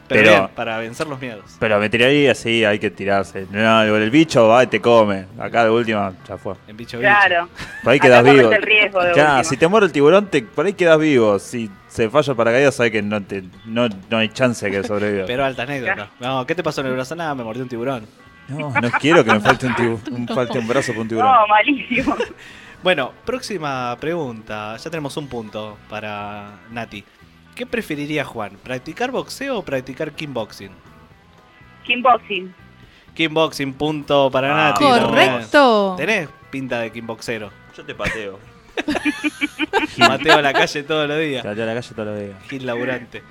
Pero, Pero, bien, para vencer los miedos. pero me tiraría, sí, hay que tirarse. No, el bicho va y te come. Acá de última, ya fue. En bicho Claro. Por ahí Acá quedas corres vivo. el riesgo de Claro, última. si te muere el tiburón, te, por ahí quedas vivo. Si se falla el paracaídas, sabes que no, te, no, no hay chance que sobreviva. Pero alta anécdota. No, ¿qué te pasó en el brazo? Nada, me mordió un tiburón. No, no quiero que me falte un, tibu- un- falte un brazo para un tiburón. No, malísimo. Bueno, próxima pregunta. Ya tenemos un punto para Nati. ¿Qué preferiría Juan? ¿Practicar boxeo o practicar kickboxing? Kickboxing. Kickboxing, punto para Ah, Nati. vamos. Correcto. Tenés pinta de kickboxero. Yo te pateo. Mateo a la calle todos los días. Salí a la calle todos los días. Gil laburante.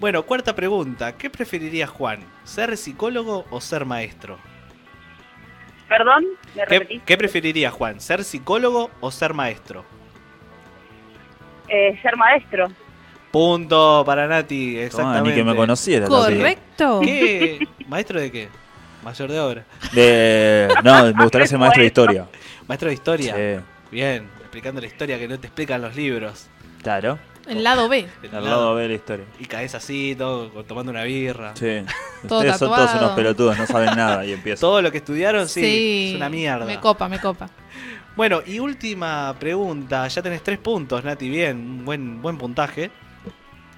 Bueno, cuarta pregunta. ¿Qué preferiría Juan? ¿Ser psicólogo o ser maestro? Perdón, me repetí. ¿Qué, qué preferiría Juan? ¿Ser psicólogo o ser maestro? Eh, ser maestro. Punto para Nati, Tomá, exactamente. ni que me conociera. la vida. ¿Qué? ¿Maestro de qué? Mayor de obra. De- no, me gustaría ser maestro de historia. Maestro de historia. Sí. Bien, explicando la historia que no te explican los libros. Claro. El lado B. Del Al lado de la historia. Y caes así, todo, con- tomando una birra. Sí. Todo Ustedes son todos tatuado. unos pelotudos, no saben nada y empiezan. Todo lo que estudiaron, sí, Sí, es una mierda. Me copa, me copa. Bueno, y última pregunta. Ya tenés tres puntos, Nati. Bien, un buen, buen puntaje.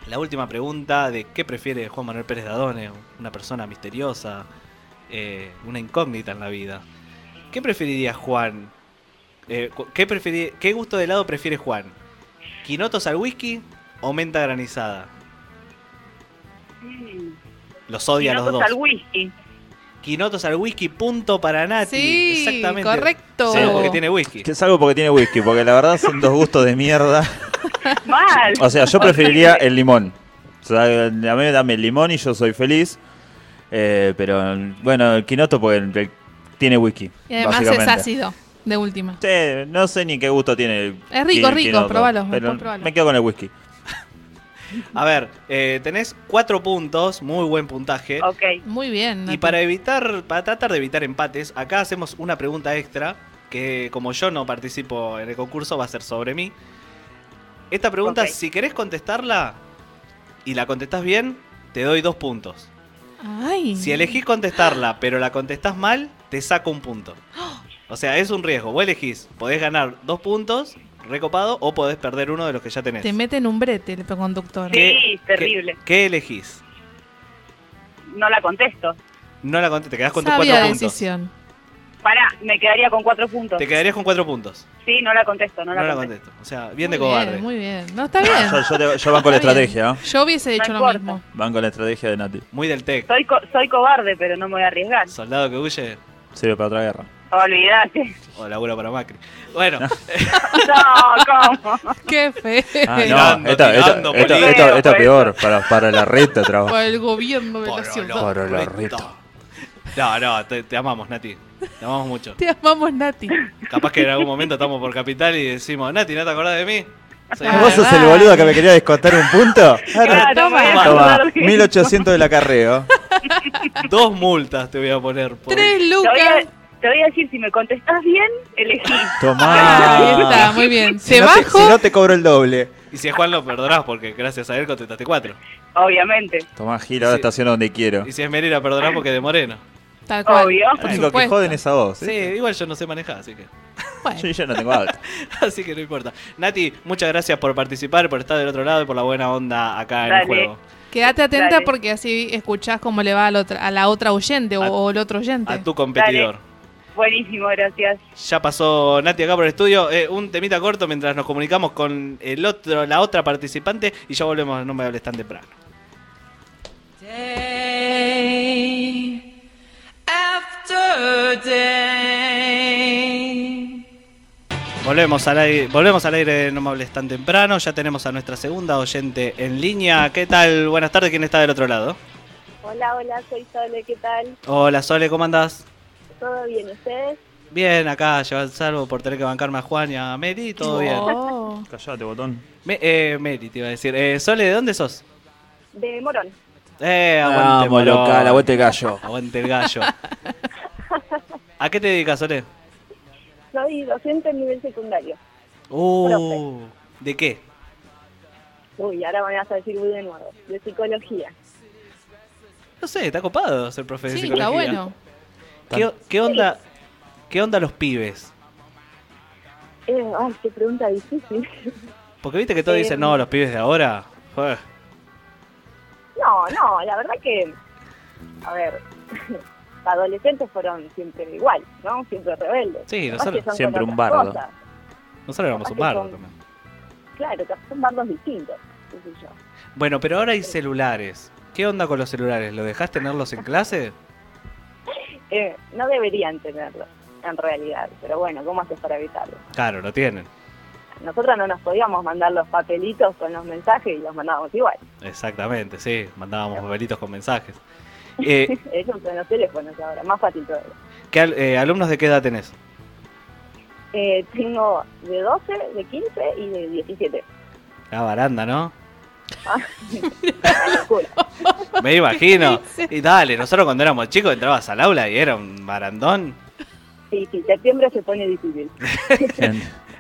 La última pregunta de qué prefiere Juan Manuel Pérez Dadone, una persona misteriosa, eh, una incógnita en la vida. ¿Qué preferiría Juan? Eh, cu- ¿qué, preferi- ¿Qué gusto de helado prefiere Juan? ¿Quinotos al whisky o menta granizada? Mm. Los odia a los Quinotos dos. al whisky. Quinotos al whisky, punto para Nati. Sí, Exactamente. correcto. Salvo porque tiene whisky. Que es algo porque tiene whisky, porque la verdad son dos gustos de mierda. Mal. O sea, yo preferiría el limón. O sea, a mí me dame el limón y yo soy feliz. Eh, pero bueno, el quinoto porque el- el- tiene whisky. Y además es básicamente. ácido, de última. Sí, no sé ni qué gusto tiene. el- Es rico, el rico, quinoto, probalo, pero después probalo. Me quedo con el whisky. A ver, eh, tenés cuatro puntos, muy buen puntaje. Ah, Muy bien. Y Nati. para evitar, para tratar de evitar empates, acá hacemos una pregunta extra que como yo no participo en el concurso va a ser sobre mí. Esta pregunta, si querés contestarla y la contestás bien, te doy dos puntos. Ay. Si elegís contestarla pero la contestás mal, te saco un punto. O sea, es un riesgo. Vos elegís, podés ganar dos puntos, recopado, o podés perder uno de los que ya tenés. Te meten un brete el conductor. ¿Qué- qué- ¿Qué elegís? No la contesto. No la conté, te quedás con tus Sabia cuatro decisión. puntos. Pará, me quedaría con cuatro puntos. Te quedarías con cuatro puntos. Sí, no la contesto, no No la la contesto. contesto. O sea, bien de Muy cobarde. bien, muy bien. No, está bien. Ah, Yo, yo te- yo banco la Está bien. estrategia, ¿no? Yo hubiese hecho lo importa. mismo. Van con la estrategia de Nati. Muy del tech. Soy, co- soy cobarde, pero no me voy a arriesgar. Soldado que huye Sirve para otra guerra. Olvídate. o laburo para Macri. Bueno, No, ¿cómo? Qué fe. Ah, no, Tirando, esto, esto- tirando, esto- boludo. esto- esto Por peor, para, para la reta trabajo. Por el gobierno de la ciudad. Para la reta. no, no, te, te amamos, Nati. Te amamos mucho. Te amamos, Nati. Capaz que en algún momento estamos por Capital y decimos, Nati, ¿no te acordás de mí? Soy- Ah, ¿Vos sos el boludo que me quería descontar un punto? Claro, Toma. me voy a Toma, acordar de- 1800 del acarreo. Dos multas te voy a poner. por- Te Tres voy, a, lucas. te voy a decir, si me contestás bien, elegí. Ahí está, Tomá. muy bien. Ah. Si Se no, te, bajo. si no te cobro el doble. Y si es Juan lo perdonás porque gracias a él contestaste cuatro. Obviamente. Tomá, Gil, ahora Sí. estaciono donde quiero. Y si es Merira perdonás porque es de Moreno. Tal cual. Obvio. por Lo único que supuesto. joden es a vos. Sí, ¿eh? igual yo no sé manejar, así que. Bueno, Yo ya no tengo alta. Así que no importa. Nati, muchas gracias por participar, por estar del otro lado y por la buena onda acá en el Dale. juego. Quédate atenta Dale. porque así escuchás cómo le va a la otra, a la otra oyente o, A- o el otro oyente. A tu competidor. Buenísimo, gracias. Ya pasó Nati acá por el estudio. Eh, un temita corto mientras nos comunicamos con el otro, la otra participante y ya volvemos, no me hables tan temprano. Day after day. Volvemos al aire, volvemos al aire de No me hables tan temprano. Ya tenemos a nuestra segunda oyente en línea. ¿Qué tal? Buenas tardes, ¿quién está del otro lado? Hola, hola, soy Sole, ¿qué tal? Hola Sole, ¿cómo andás? ¿Todo bien ustedes? Bien, acá llevar salvo por tener que bancarme a Juan y a Meri, todo bien. Oh. Callate, botón. Me- eh, Meri, te iba a decir. Eh, Sole, ¿de dónde sos? De Morón. Eh, aguante, Vamos, Morón. local, aguante el gallo. Aguante el gallo. ¿A qué te dedicas, Sole? Soy docente en nivel secundario. Uh, ¿De qué? Uy, ahora me vas a decir muy de nuevo. De psicología. No sé, está copado ser profe de Sí, psicología. está bueno. ¿Qué, qué onda, ¿Qué onda los pibes? Eh, ay, qué pregunta difícil. Porque viste que todos Eh, dicen, no, los pibes de ahora. eh, No, no, la verdad que, a ver, adolescentes fueron siempre igual, ¿no? Siempre rebeldes. Sí, Capaz que nosotros, son siempre con un otras bardo. cosas. nosotros éramos capaz un que bardo son- también. Claro, capaz son bandos distintos, qué sé yo. Bueno, pero ahora hay celulares. ¿Qué onda con los celulares? ¿Lo dejás tenerlos en clase? Eh, no deberían tenerlo, en realidad, pero bueno, ¿cómo haces para evitarlo? Claro, lo tienen. Nosotros no nos podíamos mandar los papelitos con los mensajes y los mandábamos igual. Exactamente, sí. Mandábamos papelitos con mensajes. Eh, Ellos en los teléfonos ahora, más fácil todo. ¿qué al- eh, alumnos de qué edad tenés? Eh, tengo de 12, de 15 y de 17. La baranda, ¿no? Cool. Me imagino. Sí. Y dale, nosotros cuando éramos chicos entrabas al aula y era un barandón. Sí, sí, septiembre se pone difícil.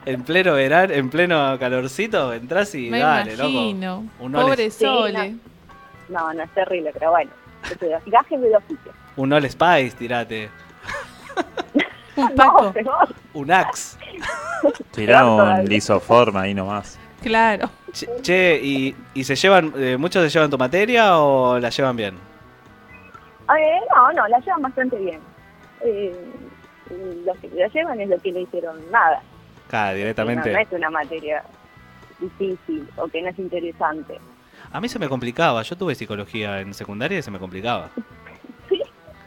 En pleno verano, en pleno calorcito, entras y Me dale, loco. imagino. Uno les- Pobre Sí, Sole. No, no es terrible, pero bueno. Yo te doy Gajes de oficio. Un All Spice, tirate. Un No, Paco. peor. Un Axe. Tirá un lisoforma ahí nomás. Claro. Che, che, ¿y, y se llevan, eh, muchos se llevan tu materia o la llevan bien? Eh, no, no, la llevan bastante bien. Eh, lo que la llevan es lo que no hicieron nada. Cada directamente. No, no es una materia difícil o que no es interesante. A mí se me complicaba. Yo tuve psicología en secundaria y se me complicaba. ¿Sí?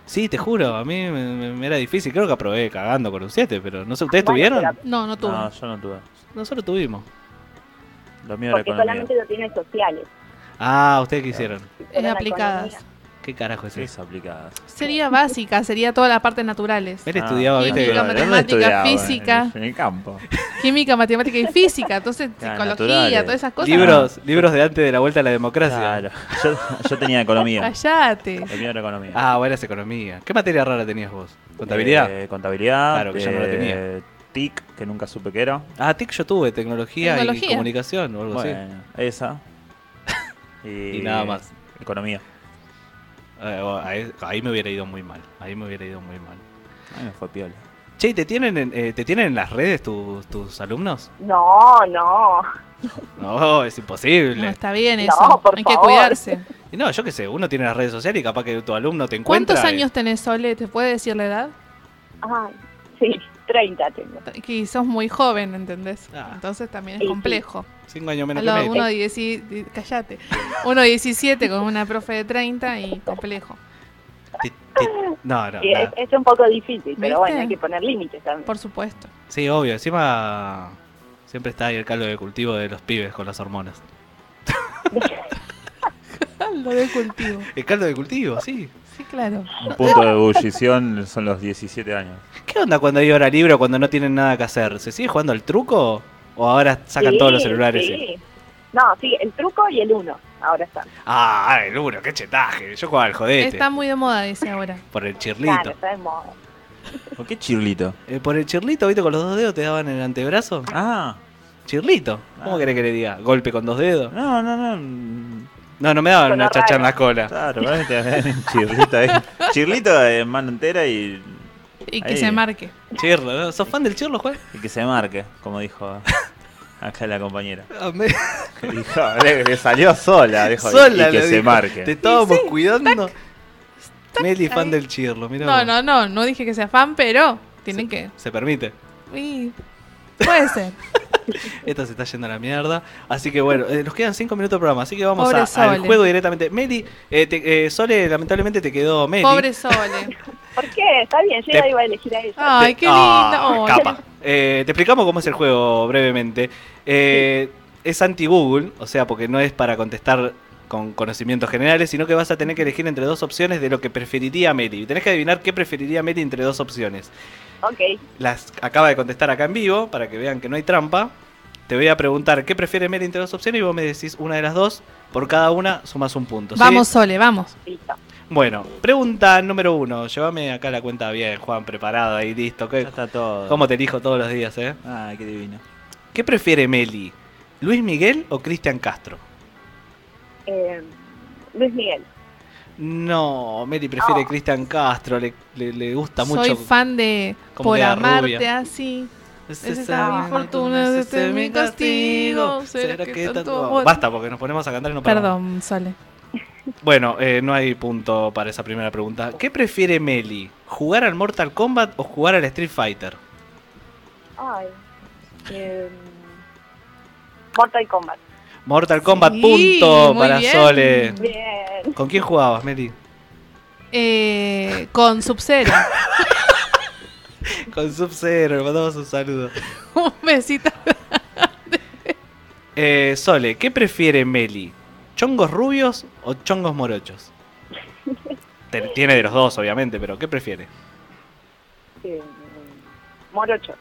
Sí, te juro. A mí me, me- me era difícil. Creo que aprobé cagando con un 7, pero no sé, ¿ustedes Bueno, tuvieron? pero No, no tuvo. No, yo no tuve. Nosotros tuvimos. Lo mío era Porque economía. solamente lo tienen sociales. Ah, ¿ustedes qué hicieron? En Era la aplicadas. economía. ¿Qué carajo es Sí, eso? es aplicada. Ah, Sería básica, sería todas las partes naturales. Él estudiaba, viste, Química, ¿Dónde matemática, estudiaba? física. En el- en el campo. Química, matemática y física. Entonces, Claro, psicología, naturales. todas esas cosas. libros, libros de antes de la vuelta a la democracia. Claro. Yo, yo tenía economía. Callate. Lo mío era economía. Ah, vos eras economía. ¿Qué materia rara tenías vos? ¿Contabilidad? Eh, contabilidad. Claro, que yo no la tenía. eh, TIC, que nunca supe que era. Ah, TIC yo tuve, tecnología, y Tecnología. comunicación o algo así. Bueno, esa. Y, Y nada más. Economía. Eh, bueno, ahí, ahí me hubiera ido muy mal. Ahí me hubiera ido muy mal. Ay, me fue piola. Che, ¿y ¿te tienen en, eh, ¿te tienen en las redes tus, tus alumnos? No, no. No, es imposible. No está bien No, eso. por Hay que favor. cuidarse. Y no, yo qué sé, uno tiene las redes sociales y capaz que tu alumno te encuentra. eh, ¿Cuántos y- años tenés, Sole? ¿Te puede decir la edad? Ay, Sí, 30 tengo. Que sos muy joven, ¿entendés? Entonces también es Sí, sí. complejo. Cinco años Ah. menos Al lado que uno me. de dieci- di- Callate. Uno de 17 con una profe de 30 y complejo. No, no, Sí, es, nada. es un poco difícil, pero ¿Viste? bueno, hay que poner límites también. Por supuesto. Sí, obvio. Encima siempre está ahí el caldo de cultivo de los pibes con las hormonas. Lo de cultivo. El caldo de cultivo, sí. Sí, claro. Un punto de ebullición son los 17 años. ¿Qué onda cuando hay hora libre o cuando no tienen nada que hacer? ¿Se sigue jugando el truco? ¿O ahora sacan Sí, todos los celulares? y- Sí. No, sí, el truco y el uno. Ahora está. Ah, el uno, qué chetaje. Yo jugaba al jodete. Está muy de moda, dice ahora. Por el chirlito. Claro, está de moda. ¿Por Oh, qué chirlito? Eh, por el chirlito, ¿viste? Con los dos dedos te daban el antebrazo. Ah. Chirlito. ¿Cómo querés que le diga? ¿Golpe con dos dedos? No, no, no. No, no me daban Suena una chacha en raro. la cola. Claro, realmente chirlito ahí. Chirlito en mano entera y. Y que ahí, se marque. Chirlo, ¿no? ¿sos fan del chirlo, Juan? Y que se marque, como dijo acá la compañera. Amé. Dijo, le, le salió sola, dijo. y- Sola y que le se dijo. marque. Te estábamos cuidando. Meli fan del chirlo, mira. No, no, no. No dije que sea fan, pero tienen que. Se permite. Y puede ser. Esta se está yendo a la mierda. Así que bueno, eh, nos quedan 5 minutos de programa. Así que vamos Pobre a- al Sole. juego directamente. Meli, eh, te- eh, Sole, lamentablemente te quedó Meli. Pobre Sole. ¿Por qué? Está bien, yo Te- ya iba a elegir a ella. Ay, qué lindo. Ah, Ay. capa. Eh, te explicamos cómo es el juego brevemente. Eh, Es anti-Google, o sea, porque no es para contestar con conocimientos generales, sino que vas a tener que elegir entre dos opciones de lo que preferiría Meli. Tenés que adivinar qué preferiría Meli entre dos opciones. Ok, Las acaba de contestar acá en vivo, para que vean que no hay trampa. Te voy a preguntar qué prefiere Meli entre dos opciones y vos me decís una de las dos. Por cada una sumas un punto. ¿sí? Vamos, Sole, vamos. listo. Bueno, pregunta número uno. Llévame acá la cuenta bien, Juan, preparada y listo. ¿Qué- Ya está todo. ¿Cómo te elijo todos los días, eh? Ah, qué divino. ¿Qué prefiere Meli? ¿Luis Miguel o Cristian Castro? Eh, Luis Miguel. Oh. No, Meli prefiere Cristian Castro, le, le- le gusta mucho. Soy fan de Como Por queda amarte ah, rubia. así. Ese Esa es sabe mi fortuna, cómo ese es mi castigo. ¿Será que tanto amor? Basta, porque nos ponemos a cantar y no paramos. Perdón, Sole. Bueno, eh, no hay punto para esa primera pregunta. ¿Qué prefiere Meli? ¿Jugar al Mortal Kombat o jugar al Street Fighter? Ay. Eh, Mortal Kombat. Mortal Kombat, Sí, punto muy para bien. Sole. Bien. ¿Con quién jugabas, Meli? Eh, con Sub-Zero. Con Sub-Zero, le mandamos un saludo. Un besito. Eh, Sole, ¿qué prefiere Meli? ¿Chongos rubios o chongos morochos? Te- Tiene de los dos, obviamente, pero ¿qué prefiere? Eh, Morocho.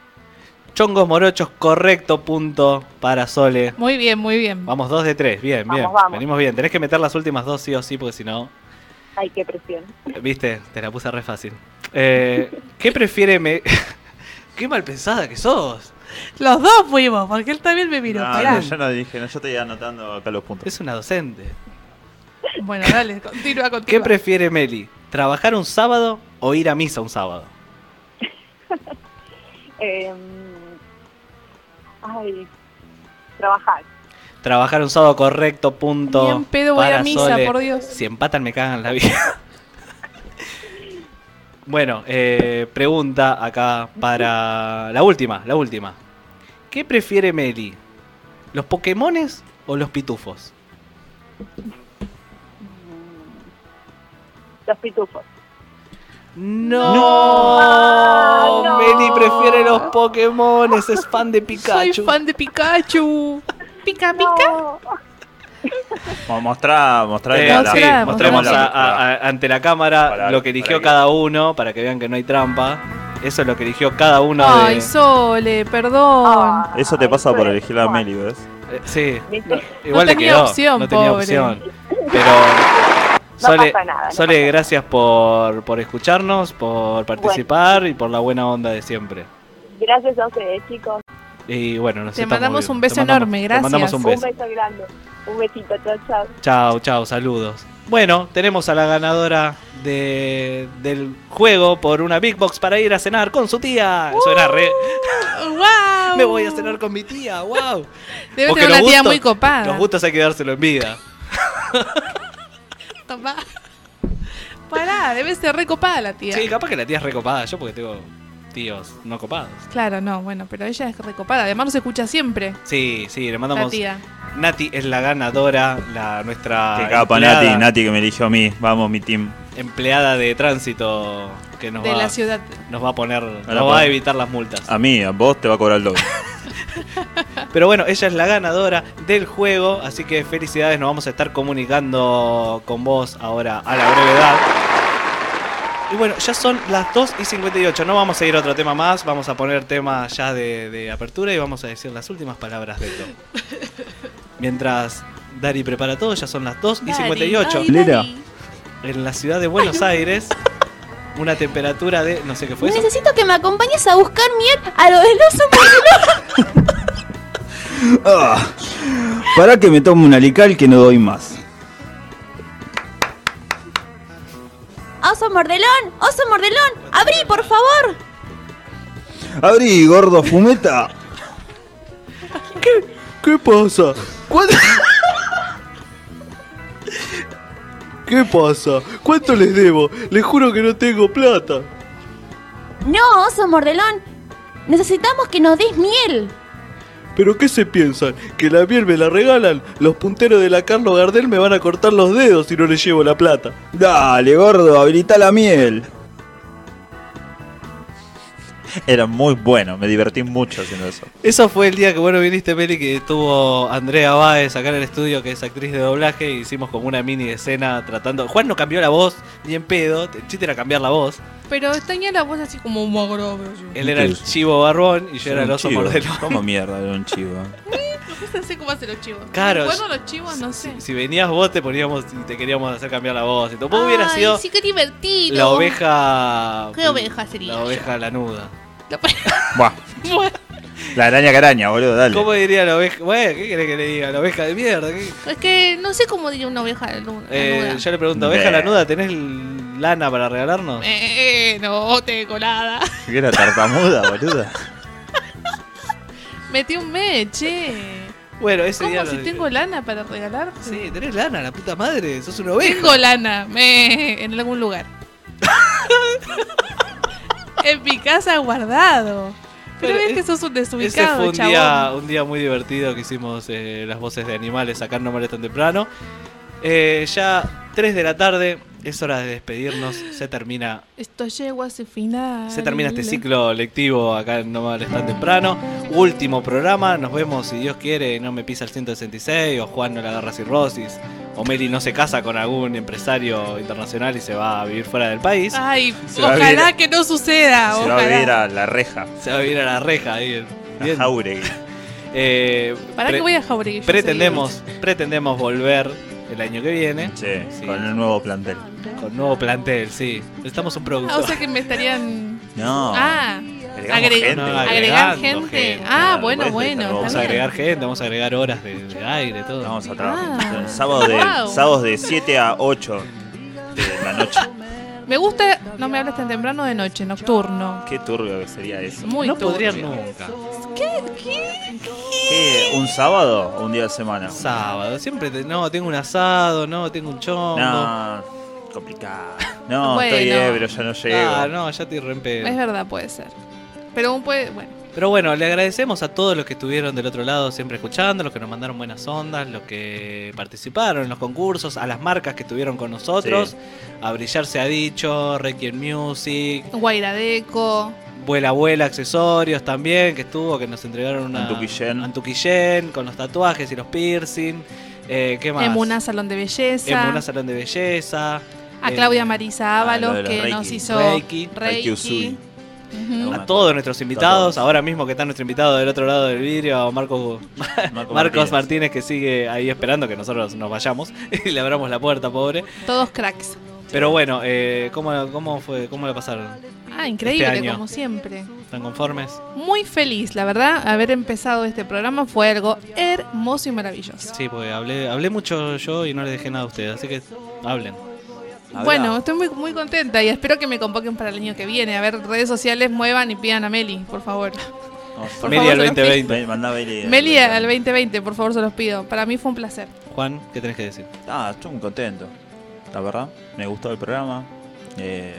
Chongos morochos, correcto punto para Sole. Muy bien, muy bien. Vamos, dos de tres, bien, Vamos, bien. vamos. Venimos bien. Tenés que meter las últimas dos sí o sí, porque si no, Ay, qué presión. viste, te la puse re fácil. Eh, ¿Qué prefiere Meli? Qué mal pensada que sos. Los dos fuimos, porque él también me miró. No, Pará. no, yo no dije, no, yo estoy anotando acá los puntos. Es una docente. Bueno, dale, continúa, continúa. ¿Qué prefiere Meli? ¿Trabajar un sábado o ir a misa un sábado? Eh, ay. Trabajar. Trabajar un sábado correcto, punto. Ni en pedo voy a para misa, Sole. por Dios. Si empatan, me cagan la vida. bueno, eh, pregunta acá para la última, la última. ¿Qué prefiere Meli? ¿Los Pokémones o los Pitufos? Los pitufos. No, Ah, No, no. Meli prefiere los Pokémones, es fan de Pikachu. Soy fan de Pikachu. Pica, pica. No. Mo- Mostrá, mostrá Eh, la- Mostrá, sí, mostrá. mostremos la- a- a- a- ante la cámara Para- lo que para eligió que- cada uno, para que vean que no hay trampa. Eso es lo que eligió cada uno de... Ay, Sole, Ah. Ah, perdón. Eso te pasa por elegir la Meli, ¿ves? Eh, Sí, ¿Viste? igual No le tenía quedó, opción, no tenía pobre. opción. Pero No Sole, pasa nada, no pasa Sole, nada. gracias por, por escucharnos, por participar y por la buena onda de siempre. Gracias a ustedes, chicos. Y bueno, nos Te estamos mandamos viendo. un beso Te mandamos- enorme, Te mandamos gracias. un Un beso. beso grande. Un besito. Chao, chao. Chao, chao, saludos. Bueno, tenemos a la ganadora de- del juego por una Big Box para ir a cenar con su tía. Eso era re. ¡Wow! Me voy a cenar con mi tía, wow. Debe tener una tía muy copada. Los gustos hay que dárselo en vida. Tomá. Pará, debe ser recopada la tía. Sí, capaz que la tía es recopada, yo porque tengo tíos no copados. Claro, no, bueno, pero ella es recopada. Además, nos escucha siempre. Sí, sí, le La mandamos. tía. Nati es la ganadora, la nuestra. Qué capa, empleada- Nati, Nati que me eligió a mí. Vamos, mi team. Empleada de tránsito que nos De va, la ciudad. Nos va a poner. la nos va a pon- evitar las multas. A mí, a vos te va a cobrar el doble. Pero bueno, ella es la ganadora del juego, así que felicidades, nos vamos a estar comunicando con vos ahora a la brevedad. Y bueno, ya son las 2 y 58, no vamos a ir a otro tema más, vamos a poner tema ya de, de apertura y vamos a decir las últimas palabras de todo. Mientras Dari prepara todo, ya son las 2 y Dari, 58. Dari, Lera. En la ciudad de Buenos Aires, una temperatura de, no sé qué fue eso. Necesito que me acompañes a buscar miel a lo del oso Miguelón. Ah, pará que me tomo un alical que no doy más. ¡Oso mordelón! ¡Oso mordelón! ¡Abrí, por favor! Abrí, gordo fumeta. ¿Qué, qué pasa? ¿Cuánto... ¿Qué pasa? ¿Cuánto les debo? Les juro que no tengo plata. No, oso mordelón. Necesitamos que nos des miel. ¿Pero qué se piensan? ¿Que la miel me la regalan? Los punteros de la Carlo Gardel me van a cortar los dedos si no les llevo la plata. Dale, gordo, habilita la miel. Era muy bueno, me divertí mucho haciendo eso. Eso fue el día que bueno viniste, Peli, que estuvo Andrea Báez acá en el estudio, que es actriz de doblaje, y hicimos como una mini escena tratando. Juan no cambió la voz, ni en pedo, el chiste era cambiar la voz. Pero tenía la voz así como un grave. Él era el chivo barbón y yo era el un oso chivo. mordelón. ¿Cómo mierda era un chivo? No sé cómo hacen los chivos. Claro. Recuerdo los chivos, no sé. Si venías vos te poníamos y te queríamos hacer cambiar la voz. Y todo. Vos hubieras Ay, sido sí, qué divertido. la oveja. ¿Qué oveja sería La yo? oveja lanuda. Buah, la araña caraña, boludo, dale. ¿Cómo diría la oveja? Bueno, ¿qué querés que le diga? La oveja de mierda. ¿qué? Es que no sé cómo diría una oveja de luna. Eh, lanuda. yo le pregunto, ¿oveja Bleh. lanuda tenés lana para regalarnos? Eh, no tengo nada. Que era tartamuda, boluda. Metí un mes, che. Bueno, ese ¿Cómo día lo si dije. tengo lana para regalarte? Sí, tenés lana, la puta madre, sos una oveja. Tengo lana me, en algún lugar. en mi casa guardado. Pero, Pero ves es- que sos un Ese desubicado, fue un chabón. día, un día muy divertido que hicimos eh, las voces de animales acá en No Males tan temprano. Eh, ya 3 de la tarde, es hora de despedirnos. Se termina, Esto llegó a su final. se termina este ciclo lectivo acá en No Males tan temprano. Último programa, nos vemos si Dios quiere, no me pisa el 166, o Juan no la agarra cirrosis, o Meli no se casa con algún empresario internacional y se va a vivir fuera del país. Ay, Se va a ojalá ver- que no suceda. se va a Ah, ojalá. ver Era la reja. Se va a ir a la reja ahí. el- bien. Eh, Pará pre- que voy a Jauregui. yo Pretendemos, pretendemos volver el año que viene. con un nuevo plantel. Con nuevo plantel, sí. Necesitamos un seguí. producto. Ah, o sea que me estarían. No. Ah, Agregamos agregando gente. No, eh. agregar agregando gente. gente, Ah, claro, bueno, por eso bueno. Vamos está a bien. agregar gente, vamos a agregar horas de, de aire, todo. Vamos a Ah. trabajar. Sábado de, Wow. sábados de 7 a 8 de la noche. Me gusta, no me hablas tan temprano de noche, nocturno. Qué turbio que sería eso. Muy No turbio. podría nunca. ¿Qué? ¿Qué? ¿Qué? ¿Un sábado o un día de semana? Sábado, siempre te- no, tengo un asado, no, tengo un chongo. No, complicado. No, Bueno. estoy ebrio, ya no llego. Ah, no, ya te rompe. Es verdad, puede ser. Pero un puede, bueno. Pero bueno, le agradecemos a todos los que estuvieron del otro lado siempre escuchando, los que nos mandaron buenas ondas, los que participaron en los concursos, a las marcas que estuvieron con nosotros, a Brillar se ha dicho, Requiem Music, Guairadeco. Vuela Vuela Accesorios también, que estuvo, que nos entregaron una... Antuquillén. Antuquillén, con los tatuajes y los piercing. Eh, ¿Qué más? Emuna Salón de Belleza. Emuna Salón de Belleza. a eh, Claudia Marisa ah, lo Ábalos, del que Reiki. nos hizo Reiki. Reiki. Reiki Usui. Ujú. A todos nuestros invitados, ahora mismo que está nuestro invitado del otro lado del vidrio, Marco, Marcos Martínez. Martínez. que sigue ahí esperando que nosotros nos vayamos y le abramos la puerta, pobre. Todos cracks. Pero bueno, eh, ¿cómo, cómo fue? ¿Cómo la pasaron? Ah, increíble, Este año. como siempre. ¿Están conformes? Muy feliz, la verdad, haber empezado este programa fue algo hermoso y maravilloso. Sí, porque hablé, hablé mucho yo y no les dejé nada a ustedes, así que hablen. Habla. Bueno, estoy muy, muy contenta y espero que me convoquen para el año que viene. A ver, redes sociales muevan y pidan a Meli, por favor. Por Meli favor, al se los 2020. Ven, Mandá Meli. Meli al 2020, por favor, se los pido. Para mí fue un placer. Juan, ¿qué tenés que decir? Ah, estoy muy contento. La verdad, me gustó el programa. Eh,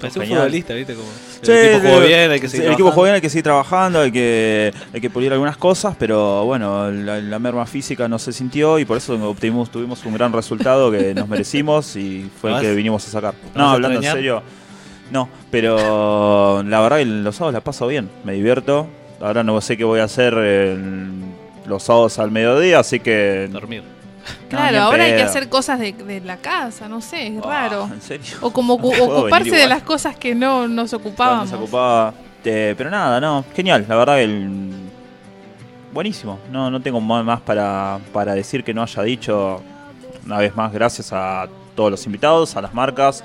Parece un Genial. futbolista, ¿viste? Como, Sí, el equipo jugó sí, bien, hay que sí, seguir El equipo jugó trabajando. bien, hay que seguir trabajando, hay que, hay que pulir algunas cosas, pero bueno, la, la merma física no se sintió y por eso obtuvimos, tuvimos un gran resultado que nos merecimos y fue el ¿Vas? que vinimos a sacar. ¿Vas No, a hablando en extrañar? serio, no, pero la verdad que los sábados la paso bien, me divierto. Ahora no sé qué voy a hacer en los sábados al mediodía, así que... Dormir. Claro, ahora hay que hacer cosas de, de la casa, no sé, es raro. Ah, ¿en serio? O como No ocu- puedo venir ocuparse de igual. las cosas que no nos Cuando ocupábamos. se ocupaba. Eh, pero nada, no, genial, la verdad que el- buenísimo. No, no tengo ma- más para, para decir que no haya dicho. Una vez más, gracias a todos los invitados, a las marcas,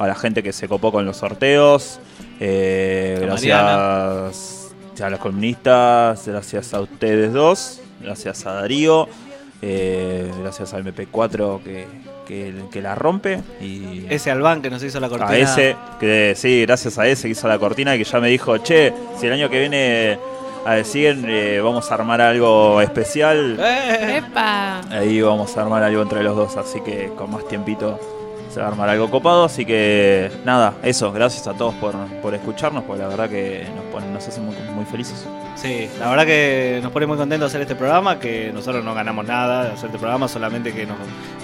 a la gente que se copó con los sorteos. eh, A gracias a los columnistas, gracias a ustedes dos, gracias a Darío, eh, gracias al MP4 que, que, que la rompe. Y Ese Albán que nos hizo la cortina. a ese, que sí, gracias a ese que hizo la cortina, que ya me dijo, che, si el año que viene a decir vamos a armar algo especial, Eh. ¡Epa! ahí vamos a armar algo entre los dos, así que con más tiempito se va a armar algo copado, así que nada, eso, gracias a todos por, por escucharnos, porque la verdad que nos, ponen- nos hace muy, muy felices. Sí, la verdad que nos pone muy contentos hacer este programa, que nosotros no ganamos nada de hacer este programa, solamente que nos,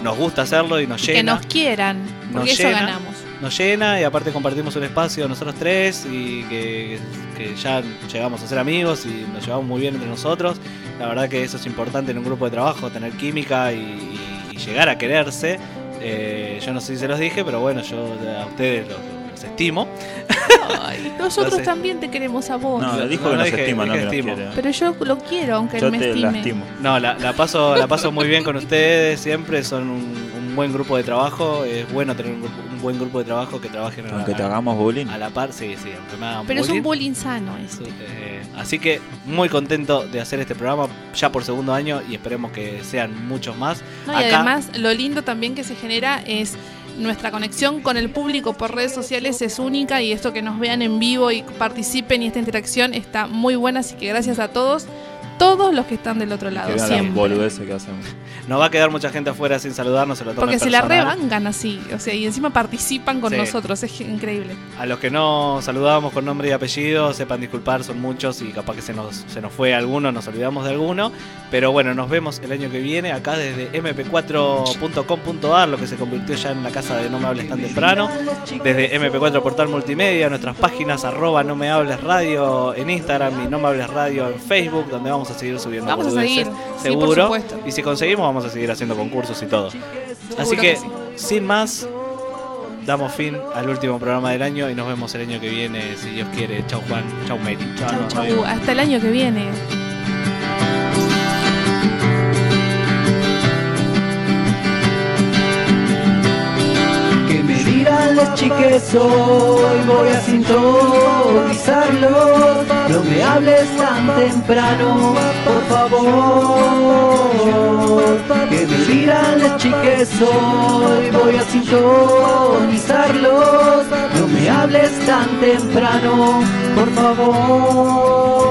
nos gusta hacerlo y nos Que llena. nos quieran, porque eso llena. ganamos. Nos llena y aparte compartimos un espacio nosotros tres y que, que ya llegamos a ser amigos y nos llevamos muy bien entre nosotros. La verdad que eso es importante en un grupo de trabajo, tener química y, y- y llegar a quererse. Eh, yo no sé si se los dije, pero bueno, yo a ustedes los, los estimo. Ay, Nosotros Entonces- también te queremos a vos. No, dijo que nos dije- estima, no dije que nos estimo. quiere. Pero yo lo quiero, aunque él me estime. No, la, la paso, la paso muy bien con ustedes, siempre son un, un buen grupo de trabajo, es bueno tener un, grupo- un buen grupo de trabajo que trabajen a la- Aunque te a, hagamos bullying. a la par, sí, sí, aunque me hagan Pero es un bullying. bullying sano eso. Eh, así que muy contento de hacer este programa ya por segundo año y esperemos que sean muchos más. No, y Acá- además, lo lindo también que se genera es nuestra conexión con el público por redes sociales es única y esto que nos vean en vivo y participen y esta interacción está muy buena, así que gracias a todos, todos los que están del otro Que lado, vean las siempre. boludeces que hacemos. nos va a quedar mucha gente afuera sin saludarnos, se lo tomen Porque se la personal. rebangan así, o sea, y encima participan con Sí. nosotros, es increíble. A los que no saludábamos con nombre y apellido, sepan disculpar, son muchos y capaz que se nos, se nos fue alguno, nos olvidamos de alguno. Pero bueno, nos vemos el año que viene acá desde mp4.com.ar, lo que se convirtió ya en la casa de No Me Hables Tan Temprano. Desde mp4 Portal Multimedia, nuestras páginas arroba No Me Hables Radio en Instagram y No Me Hables Radio en Facebook, donde vamos a seguir subiendo Vamos a boludeces, seguir, sí, seguro. por supuesto. Y si conseguimos, vamos a seguir haciendo concursos y todo. Así Seguro que, que sí. sin más, damos fin al último programa del año y nos vemos el año que viene, si Dios quiere. Chau Juan, chau Mary. Chau, nos Chau, vemos. hasta el año que viene. que me digan los chiques hoy voy a sintonizarlos no me hables tan temprano por favor que me digan los chiques hoy voy a sintonizarlos no me hables tan temprano por favor